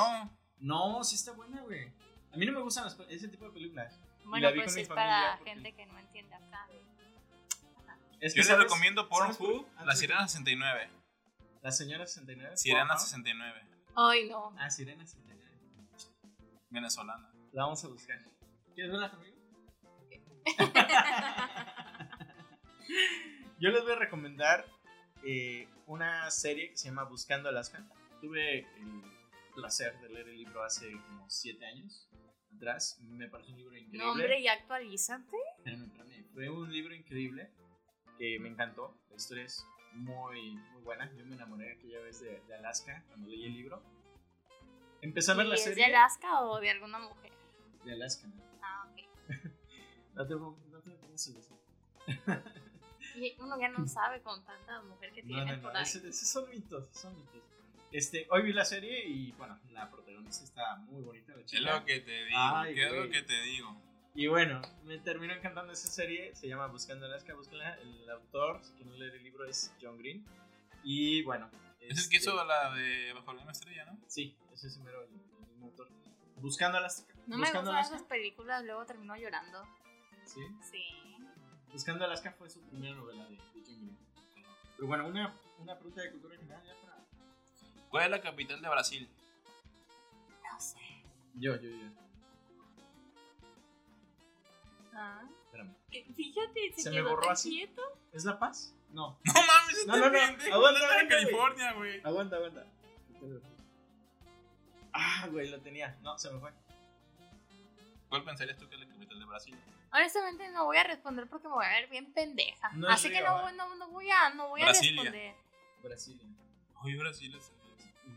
Speaker 3: No, sí está buena, güey. A mí no me gustan las- ese tipo de películas.
Speaker 4: Bueno,
Speaker 3: vi
Speaker 4: pues
Speaker 3: con mi
Speaker 4: es para
Speaker 3: familia porque-
Speaker 4: gente que no entiende acá. ¿eh?
Speaker 3: Es
Speaker 2: Yo les
Speaker 3: ¿sabes?
Speaker 2: recomiendo
Speaker 3: ¿Sabes
Speaker 2: Pornhub,
Speaker 3: por-
Speaker 2: La
Speaker 3: antes de-
Speaker 2: Sirena 69.
Speaker 3: La señora 69.
Speaker 2: Sirena
Speaker 3: Pornhub.
Speaker 2: 69,
Speaker 4: Ay, (laughs) no.
Speaker 3: Ah, Sirena 69.
Speaker 2: venezolana.
Speaker 3: La vamos a buscar. ¿Quieres verla conmigo? (laughs) Yo les voy a recomendar eh, una serie que se llama Buscando Alaska. Tuve el placer de leer el libro hace como 7 años atrás. Me pareció un libro increíble.
Speaker 4: No, hombre, ya actualízate.
Speaker 3: Espérame, espérame. Fue un libro increíble que me encantó. La historia es muy, muy buena. Yo me enamoré aquella vez de, de Alaska cuando leí el libro. Empecé a ver
Speaker 4: ¿Y
Speaker 3: la
Speaker 4: ¿Es de
Speaker 3: serie
Speaker 4: Alaska o de alguna mujer?
Speaker 3: de Alaska. ¿no?
Speaker 4: Ah, ok.
Speaker 3: No te, no te pongas celoso.
Speaker 4: Y uno
Speaker 3: (laughs)
Speaker 4: ya no sabe con tanta mujer que
Speaker 3: No,
Speaker 4: tiene
Speaker 3: no,
Speaker 4: por
Speaker 3: no.
Speaker 4: ahí.
Speaker 3: Esos, esos son mitos, son mitos. Este, hoy vi la serie y bueno, la protagonista está muy bonita, la
Speaker 2: Es
Speaker 3: chica.
Speaker 2: lo que te digo.
Speaker 3: Ay,
Speaker 2: ¿Qué es
Speaker 3: güey.
Speaker 2: lo que te digo?
Speaker 3: Y bueno, me terminó encantando esa serie. Se llama Buscando Alaska, búsquenla. El autor, si quieren leer el libro, es John Green. Y bueno.
Speaker 2: Es el
Speaker 3: este,
Speaker 2: que hizo la de Bajo la estrella, ¿no?
Speaker 3: Sí, ese es el mero- el mismo autor. Buscando Alaska.
Speaker 4: No me
Speaker 3: Buscando
Speaker 4: gustan esas
Speaker 3: Alaska.
Speaker 4: películas, luego termino llorando.
Speaker 3: Sí.
Speaker 4: Sí.
Speaker 3: Buscando Alaska fue su primera novela de, de John Green. Pero bueno, una, una pregunta de cultura general ya para.
Speaker 2: ¿Cuál es la capital de Brasil?
Speaker 4: sé.
Speaker 3: Yo, yo, yo.
Speaker 4: Ah.
Speaker 3: Espérame.
Speaker 4: Eh, Fíjate, se,
Speaker 3: Se me
Speaker 4: quedó
Speaker 3: borró
Speaker 4: tan
Speaker 3: así.
Speaker 4: quieto.
Speaker 3: ¿Es La Paz? No.
Speaker 2: (laughs) No mames, este
Speaker 3: No, no, no.
Speaker 2: pendejo
Speaker 3: Aguanta,
Speaker 2: anda en
Speaker 3: aguanta, güey.
Speaker 2: California, güey.
Speaker 3: Aguanta, aguanta. Ah, güey, lo tenía. No, se me fue.
Speaker 2: ¿Cuál pensarías tú que es la capital de Brasil?
Speaker 4: Honestamente no voy a responder porque me voy a ver bien pendeja.
Speaker 3: No es
Speaker 4: Así que
Speaker 3: río,
Speaker 4: no,
Speaker 3: ¿eh?
Speaker 4: no, no voy a, no voy a
Speaker 2: Brasilia.
Speaker 4: responder.
Speaker 3: Brasilia.
Speaker 2: Oye, Brasil es. es-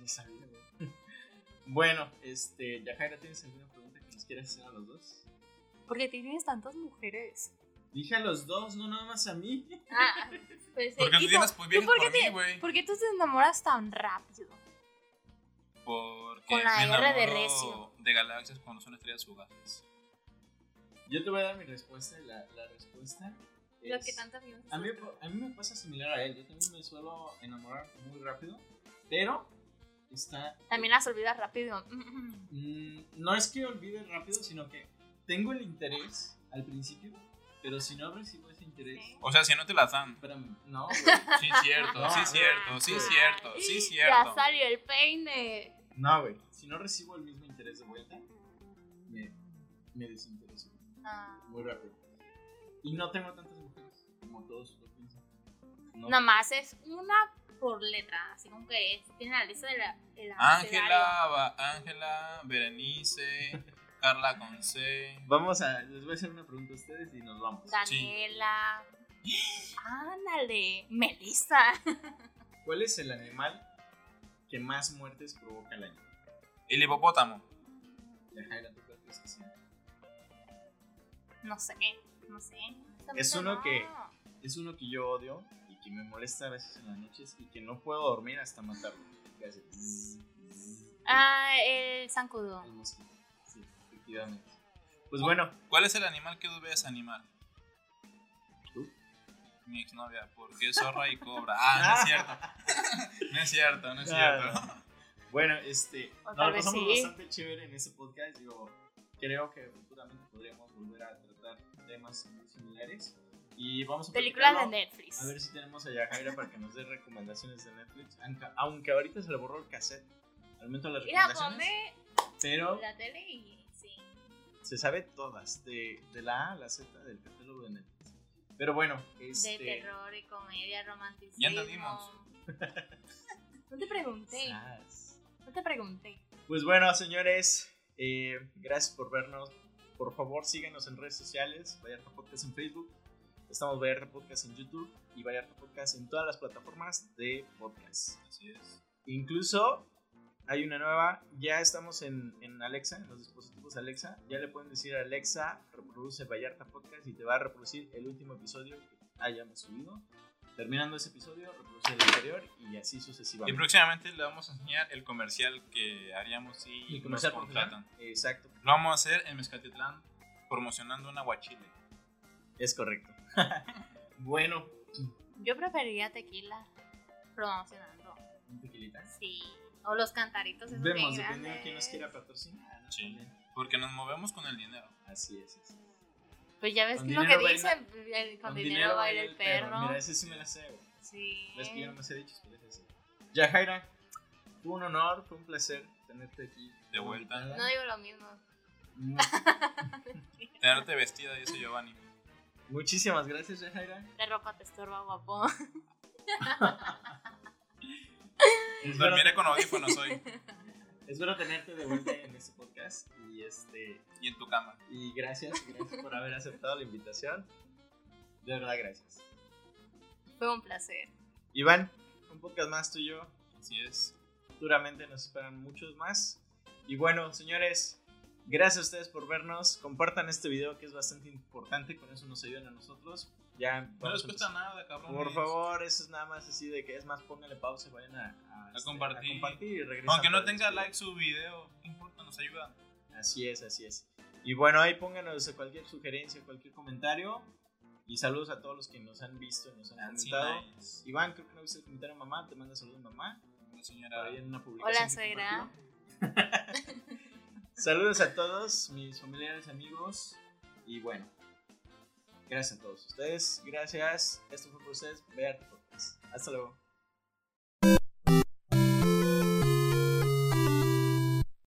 Speaker 3: No sabía, güey. (laughs) Bueno, este, Yajaira, ¿tienes alguna pregunta que nos quieras hacer a los dos?
Speaker 4: Porque tienes
Speaker 3: (laughs)
Speaker 4: tantas mujeres.
Speaker 3: Dije a los dos, no nada más a mí. (laughs)
Speaker 4: Ah, pues,
Speaker 2: ¿Por qué
Speaker 4: eh,
Speaker 2: no
Speaker 4: hijo,
Speaker 2: tienes pues
Speaker 4: ¿tú
Speaker 2: bien
Speaker 4: por
Speaker 2: por
Speaker 4: qué
Speaker 2: mí,
Speaker 4: te-
Speaker 2: güey?
Speaker 4: ¿Por qué tú te enamoras tan rápido?
Speaker 2: Porque
Speaker 4: Con la
Speaker 2: me
Speaker 4: R de
Speaker 2: enamoro
Speaker 4: recio.
Speaker 2: De galaxias cuando son estrellas fugaces.
Speaker 3: Yo te voy a dar mi respuesta. y La, la respuesta es...
Speaker 4: Lo que tanto vimos.
Speaker 3: a mí, me pa- a mí me pasa similar a él. Yo también me suelo enamorar muy rápido, pero está...
Speaker 4: También las olvidas rápido.
Speaker 3: Mm, no es que olvide rápido, sino que tengo el interés al principio, pero si no recibo ese interés...
Speaker 4: Sí.
Speaker 2: O sea, si no te las dan.
Speaker 3: Espérame, no, güey.
Speaker 2: Sí,
Speaker 3: (laughs)
Speaker 2: cierto, sí,
Speaker 3: Ah,
Speaker 2: cierto, sí,
Speaker 4: (laughs) ay,
Speaker 2: cierto, sí,
Speaker 4: Ya
Speaker 2: cierto.
Speaker 4: salió el peine.
Speaker 3: No, güey. Si no recibo el mismo interés de vuelta, me, me desintereso
Speaker 4: Ah.
Speaker 3: muy rápido. Y no tengo tantas mujeres como todos lo piensan. No.
Speaker 4: Nomás es una por letra, así como que es, tiene la lista de la. el abecedario.
Speaker 2: Ángela, Ba- Ángela, Berenice, Carla con C.
Speaker 3: Vamos a. Les voy a hacer una pregunta a ustedes y nos vamos.
Speaker 2: (gasps)
Speaker 4: Daniela. Ándale, Melissa. (laughs)
Speaker 3: ¿Cuál es el animal que más muertes provoca al año?
Speaker 2: El hipopótamo.
Speaker 3: La Jaira, ¿tú cuál crees que sea?
Speaker 4: No sé, no sé. honestamente
Speaker 3: Es uno
Speaker 4: no.
Speaker 3: que- Es uno que yo odio y que me molesta a veces en las noches y que no puedo dormir hasta matarlo. Que hace zzz, zzz,
Speaker 4: Ah, el zancudo.
Speaker 3: el mosquito. Sí, efectivamente. Pues bueno,
Speaker 2: ¿Cuál es el animal que tú ves animal?
Speaker 3: ¿Tú?
Speaker 2: Mi exnovia, porque es zorra y cobra. Ah, no es cierto. No es cierto, no es cierto.
Speaker 3: Bueno, este,
Speaker 4: O
Speaker 3: nos
Speaker 4: tal
Speaker 3: la
Speaker 4: vez
Speaker 3: pasamos
Speaker 4: sí.
Speaker 3: bastante chévere en ese podcast. Yo creo que futuramente podríamos volver a tratar temas muy similares. Y vamos a
Speaker 4: Películas de
Speaker 3: platicarlo.
Speaker 4: Netflix.
Speaker 3: A ver si tenemos a Yajaira para que nos dé recomendaciones de Netflix. Aunque, aunque ahorita se le borró el cassette. Al momento las
Speaker 4: Ir a
Speaker 3: recomendaciones.
Speaker 4: poner
Speaker 3: Pero
Speaker 4: la tele y. Sí.
Speaker 3: se sabe todas, de, de la A a la Z del catálogo de Netflix. Pero bueno,
Speaker 4: De
Speaker 3: este.
Speaker 4: terror y comedia, romanticismo.
Speaker 2: Ya entendimos.
Speaker 4: (laughs) No te pregunté,
Speaker 3: zas.
Speaker 4: no te pregunté.
Speaker 3: Pues bueno, señores, eh, gracias por vernos. Por favor, síganos en redes sociales, Vallarta Podcast en Facebook. Estamos Vallarta Podcast en YouTube y Vallarta Podcast en todas las plataformas de podcast.
Speaker 2: Así es.
Speaker 3: Incluso hay una nueva, ya estamos en, en Alexa, en los dispositivos Alexa. Ya le pueden decir a Alexa, reproduce Vallarta Podcast y te va a reproducir el último episodio que hayamos subido. Terminando ese episodio, reproduce el anterior y así
Speaker 2: Y
Speaker 3: sucesivamente.
Speaker 2: próximamente le vamos a enseñar el comercial que haríamos si
Speaker 3: Y comercial
Speaker 2: nos
Speaker 3: profesional.
Speaker 2: contratan.
Speaker 3: Exacto,
Speaker 2: Lo vamos a hacer en Mezcatitlán promocionando un aguachile.
Speaker 3: es correcto. (laughs) bueno,
Speaker 4: Yo preferiría tequila promocionando.
Speaker 3: Un tequilita.
Speaker 4: Sí. O los cantaritos esos bien
Speaker 3: Vemos, dependiendo de quién nos
Speaker 4: grandes.
Speaker 3: quiera patrocinar. ¿no?
Speaker 2: Sí.
Speaker 3: También.
Speaker 2: Porque nos movemos con el dinero.
Speaker 3: Así es. así es.
Speaker 4: Pues ya ves
Speaker 3: Con
Speaker 4: lo que
Speaker 3: dinero baila-
Speaker 4: dicen, el- con, dinero baila el perro.
Speaker 3: Mira, ese sí me la sé, güey.
Speaker 4: Sí.
Speaker 3: Ves que yo no me sé dichos, pero ese sí. Ya, Jaira, fue un honor, fue un placer tenerte aquí.
Speaker 2: De vuelta.
Speaker 4: No digo lo mismo. (laughs)
Speaker 3: Mu-
Speaker 2: Tenerte vestida, dice Giovanni.
Speaker 3: Muchísimas gracias, ya, Jaira.
Speaker 4: La ropa te estorba, guapo. (laughs)
Speaker 2: Pues
Speaker 3: Espero,
Speaker 2: Dormiré con audífonos hoy
Speaker 3: espero tenerte de vuelta en este podcast. Y este
Speaker 2: y en tu cama.
Speaker 3: y gracias, gracias por haber aceptado la invitación. De verdad, gracias.
Speaker 4: Fue un placer.
Speaker 3: Iván, un podcast más tuyo.
Speaker 2: Así es.
Speaker 3: Seguramente nos esperan muchos más. Y bueno, señores, gracias a ustedes por vernos. Compartan este video que es bastante importante, con eso nos ayudan a nosotros. Ya,
Speaker 2: No
Speaker 3: vamos
Speaker 2: les
Speaker 3: a
Speaker 2: cuesta
Speaker 3: empezar.
Speaker 2: nada, cabrón.
Speaker 3: Por favor, eso es nada más así de que es más, pónganle pausa y vayan a, este,
Speaker 2: compartir.
Speaker 3: compartir y regresan
Speaker 2: Aunque no
Speaker 3: para
Speaker 2: tenga
Speaker 3: después.
Speaker 2: like su video, no importa, nos ayuda.
Speaker 3: Así es, así es. Y bueno, ahí pónganos cualquier sugerencia, cualquier comentario. Y saludos a todos los que nos han visto y nos han
Speaker 2: Ah, Sí,
Speaker 3: comentado.
Speaker 2: nice.
Speaker 3: Iván, creo que no viste el comentario de mamá, te manda saludos mamá.
Speaker 2: La señora.
Speaker 3: Ahí en una publicación que
Speaker 4: suegra.
Speaker 3: compartió. (laughs) Saludos a todos, mis familiares, amigos. Y bueno, gracias a todos ustedes. Gracias. Esto fue por ustedes. Vean Hasta luego.